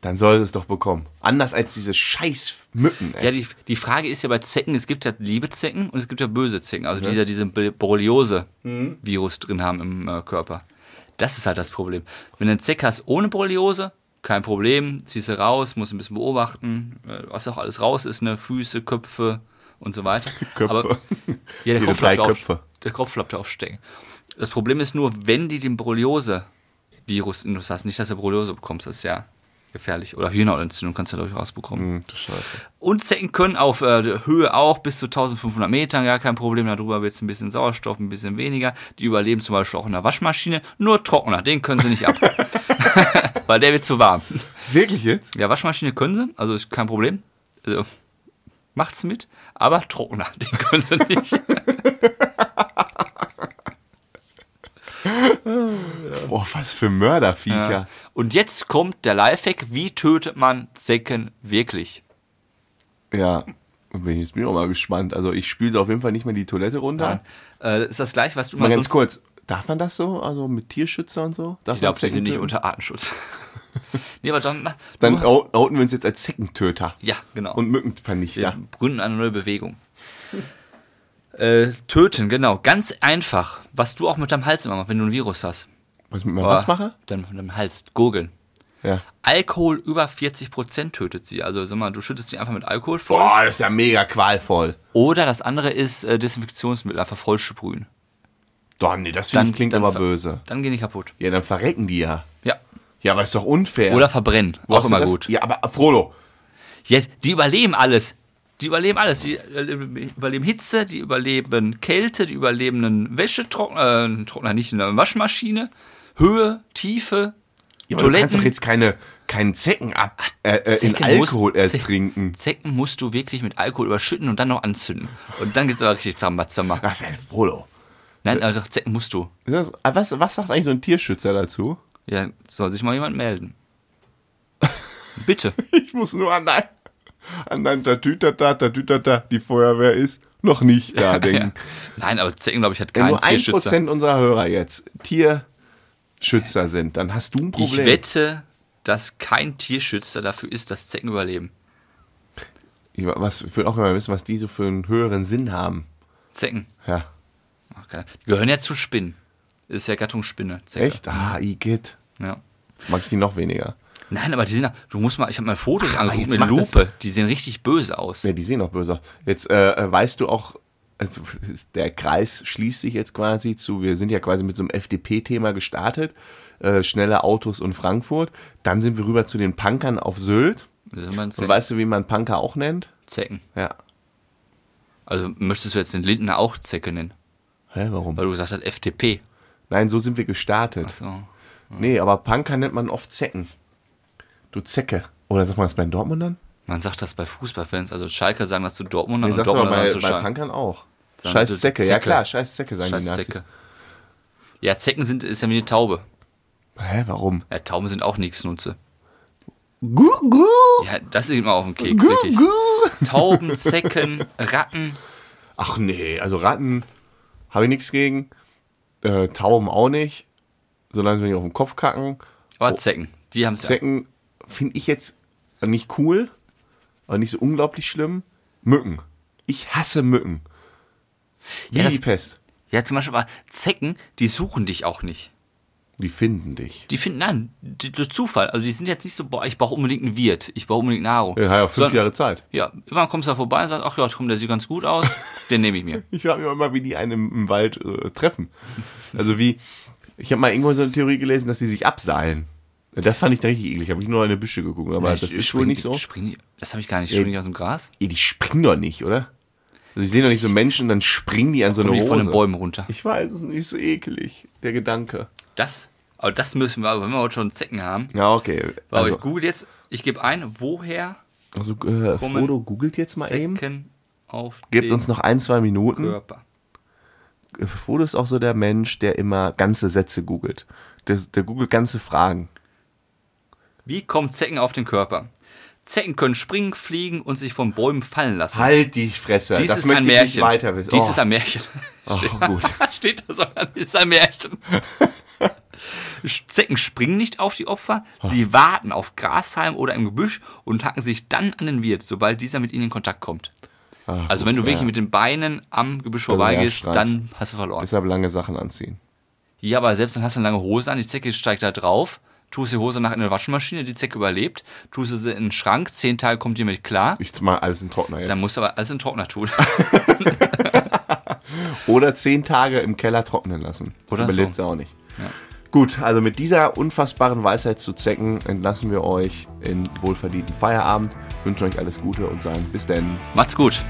A: dann soll sie es doch bekommen. Anders als diese scheiß Mücken, ey.
B: Ja, die, die Frage ist ja bei Zecken, es gibt ja liebe Zecken und es gibt ja böse Zecken, also die ja diese
A: Mhm.
B: Borreliose-Virus drin haben im äh, Körper. Das ist halt das Problem. Wenn du eine Zecke hast ohne Borreliose, kein Problem, ziehst du raus, musst ein bisschen beobachten, äh, was auch alles raus ist, ne? Füße, Köpfe und so weiter.
A: [laughs] Köpfe.
B: Aber,
A: [laughs]
B: ja, der
A: Jede
B: Kopf,
A: drei
B: bleibt auf,
A: Köpfe.
B: der Kopf bleibt aufstecken. Das Problem ist nur, wenn die den Borreliose-Virus in uns hast, nicht, dass du Borreliose bekommst, das ist ja gefährlich. Oder Hirnhautentzündung kannst du dadurch rausbekommen.
A: Hm, du Scheiße.
B: Und Zecken können auf äh, der Höhe auch bis zu 1500 Metern, gar kein Problem. Darüber wird es ein bisschen Sauerstoff, ein bisschen weniger. Die überleben zum Beispiel auch in der Waschmaschine. Nur trockener, den können sie
A: [laughs]
B: nicht ab. [laughs] Weil der wird zu warm.
A: Wirklich jetzt?
B: Ja, Waschmaschine können sie, also ist kein Problem. Also, macht's mit, aber trockener, [laughs] den können sie nicht.
A: Boah, was für Mörderviecher.
B: Ja. Und jetzt kommt der Lifehack, wie tötet man Zecken wirklich?
A: Ja, bin ich jetzt bin ich auch mal gespannt. Also ich spüle auf jeden Fall nicht mehr die Toilette runter.
B: Äh, das ist das gleiche, was du
A: Mal
B: mal
A: ganz
B: sonst...
A: kurz, darf man das so? Also mit Tierschützer und so? Darf
B: Ich glaube,
A: man
B: die sind nicht
A: Zeckentöten?
B: unter Artenschutz. [laughs] nee, aber dann... mach-
A: Dann ou- outen wir uns jetzt als Zeckentöter.
B: Ja, genau.
A: Und Mückenvernichter.
B: Wir gründen eine neue Bewegung. [laughs] Äh, töten, genau. Ganz einfach. Was du auch mit deinem Hals immer machst, wenn du ein Virus hast.
A: Was ich mit meinem was
B: Aber
A: mache?
B: Dann mit deinem Hals. Gurgeln.
A: Ja.
B: Alkohol über 40% tötet sie. Also sag mal, du schüttest sie einfach mit Alkohol voll.
A: Boah, das ist ja mega qualvoll.
B: Oder das andere ist äh, Desinfektionsmittel, einfach voll sprühen.
A: Doch, nee, das find ich klingt aber
B: ver-
A: böse.
B: Dann gehen die kaputt.
A: Ja, dann verrecken die ja.
B: Ja.
A: Ja, aber ist doch unfair.
B: Oder verbrennen.
A: Wo
B: auch
A: hast du
B: immer
A: das-
B: gut.
A: Ja, aber äh, Frodo,
B: Ja, die überleben alles. Die überleben alles. Die überleben überleben Hitze, die überleben Kälte, die überleben einen Wäschetrockner, äh, einen Trockner nicht, eine Waschmaschine, Höhe, Tiefe,
A: du kannst doch
B: Toiletten. Ah,
A: jetzt keine, keinen Zecken ab äh, äh, in
B: Zecken
A: Alkohol
B: musst- Ze-
A: ertrinken.
B: Zecken musst du wirklich mit Alkohol überschütten und dann noch anzünden. Und dann geht's aber richtig Zamba Zamba.
A: Was denn, Frodo?
B: Nein, also Zecken musst du.
A: Ist das, ah, was, was sagt eigentlich so ein Tierschützer dazu? [laughs]
B: Ja, soll sich mal jemand melden. Bitte.
A: Ich muss nur an ein An dann tatütata, tatütata, die Feuerwehr ist noch
B: [laughs]
A: nicht da, denken.
B: Nein, aber Zecken, glaube ich, hat
A: Wenn
B: keinen
A: nur ein
B: Tierschützer.
A: Prozent unserer Hörer jetzt Tierschützer sind, dann hast du ein Problem.
B: Ich wette, dass kein Tierschützer dafür ist, dass Zecken überleben.
A: Ich, was, ich würde auch immer wissen, was die so für einen höheren Sinn haben.
B: Zecken.
A: Ja.
B: Ach, keine Ahnung. Die gehören ja zu Spinnen. Ist ja Gattung Spinne. Zecke.
A: Echt? Ah, Igitt.
B: Ja.
A: Jetzt mag ich die noch weniger.
B: Nein, aber die sind, du musst mal, ich habe mal Fotos
A: jetzt
B: angeguckt mit
A: macht das-
B: Lupe. Die sehen richtig böse aus.
A: Ja, die sehen auch böse aus. Jetzt äh, äh, weißt du auch, also, der Kreis schließt sich jetzt quasi zu, wir sind ja quasi mit so einem FDP-Thema gestartet, äh, schnelle Autos und Frankfurt. Dann sind wir rüber zu den Punkern auf Sylt.
B: Das sind mal
A: Und
B: Zecken.
A: weißt du, wie man Punker auch nennt?
B: Zecken.
A: Ja.
B: Also möchtest du jetzt den Lindner auch Zecke nennen?
A: Hä, warum?
B: Weil du gesagt hast FDP.
A: Nein, so sind wir gestartet.
B: So.
A: Nee, aber Punker nennt man oft Zecken. Du Zecke. Oder sagt man das bei den Dortmundern?
B: Man sagt das bei Fußballfans. Also Schalke sagen das zu Dortmund
A: Nee,
B: und
A: sagst du aber
B: Dortmund
A: bei,
B: zu
A: bei
B: Schalke.
A: Punkern auch.
B: Sagen
A: scheiß
B: das ist
A: Zecke. Ja
B: Zecke.
A: klar, scheiß Zecke sagen die
B: Scheiß
A: Nazis.
B: Zecke. Ja, Zecken sind, ist ja wie eine Taube.
A: Hä, warum?
B: Ja, Tauben sind auch nichts Nutze.
A: Gu, gu,
B: Ja, das ist immer auf den Keks, wirklich. Tauben, Zecken, Ratten.
A: Ach nee, also Ratten habe ich nichts gegen. Äh, Tauben auch nicht. Solange sie mir nicht auf den Kopf kacken.
B: Aber Zecken, die haben es ja.
A: Oh, Zecken finde ich jetzt nicht cool, aber nicht so unglaublich schlimm. Mücken. Ich hasse Mücken. Wie
B: Ja, das-
A: die Pest.
B: Ja, zum Beispiel, aber Zecken, die suchen dich auch nicht.
A: Die finden dich.
B: Die finden, nein, die, durch Zufall. Also die sind jetzt nicht so, boah, ich brauche unbedingt einen Wirt, ich brauche unbedingt Nahrung.
A: Äh, Ja, ja, fünf
B: Sondern-
A: Jahre Zeit.
B: Ja, irgendwann kommst du da vorbei und sagst, ach ja, komm, der sieht ganz gut aus, den nehme ich mir.
A: Ich frage mich immer, wie die einen im, im Wald äh, treffen. Also wie, ich habe mal irgendwo so eine Theorie gelesen, dass die sich abseilen. Das fand ich dann richtig eklig. Habe ich nur in eine Büsche geguckt, aber das ist wohl
B: Springen
A: nicht
B: die-
A: so.
B: Springen, die- das habe ich gar nicht, springen die aus dem Gras?
A: Ey, die springen doch nicht, oder? Also die sehen doch nicht so Menschen, dann springen die an so eine
B: Kommen die
A: Hose.
B: von den Bäumen runter.
A: Ich weiß es nicht, so eklig, der Gedanke.
B: Das, aber das müssen wir, aber wenn wir heute schon Zecken haben.
A: Ja, okay.
B: Aber
A: Also,
B: ich google jetzt, ich gebe ein, woher
A: also äh, Frodo googelt jetzt mal eben.
B: Zecken auf
A: Gebt
B: den
A: uns noch ein, zwei Minuten.
B: Körper.
A: Frodo ist auch so der Mensch, der immer ganze Sätze googelt. Der, der googelt ganze Fragen.
B: Wie kommen Zecken auf den Körper? Zecken können springen, fliegen und sich von Bäumen fallen lassen.
A: Halt die Fresse,
B: Dies
A: das
B: ist
A: möchte
B: ein
A: ich
B: Märchen.
A: nicht weiter wissen.
B: Dies
A: oh,
B: ist ein Märchen. [laughs]
A: oh, gut.
B: Steht da, sondern ist ein Märchen. Zecken springen nicht auf die Opfer, sie warten auf Grashalm oder im Gebüsch und hacken sich dann an den Wirt, sobald dieser mit ihnen in Kontakt kommt.
A: Ach,
B: Also
A: gut,
B: wenn du wirklich
A: ja.
B: mit den Beinen am Gebüsch
A: Also, ja,
B: vorbeigehst,
A: Streit.
B: dann hast du verloren.
A: Deshalb lange Sachen anziehen.
B: Ja, aber selbst dann hast du eine lange Hose an, die Zecke steigt da drauf, tust die Hose nach in der Waschmaschine, die Zecke überlebt, tust du sie in den Schrank, zehn Tage kommt die mit klar,
A: Ich mal alles in den Trockner jetzt.
B: dann musst du aber alles in den Trockner tun. [laughs]
A: Oder zehn Tage im Keller trocknen lassen. Das
B: Oder
A: überlebt
B: so.
A: sie auch nicht.
B: Ja.
A: Gut, also mit dieser unfassbaren Weisheit zu zecken, entlassen wir euch in wohlverdienten Feierabend, wünschen euch alles Gute und sagen bis denn.
B: Macht's gut.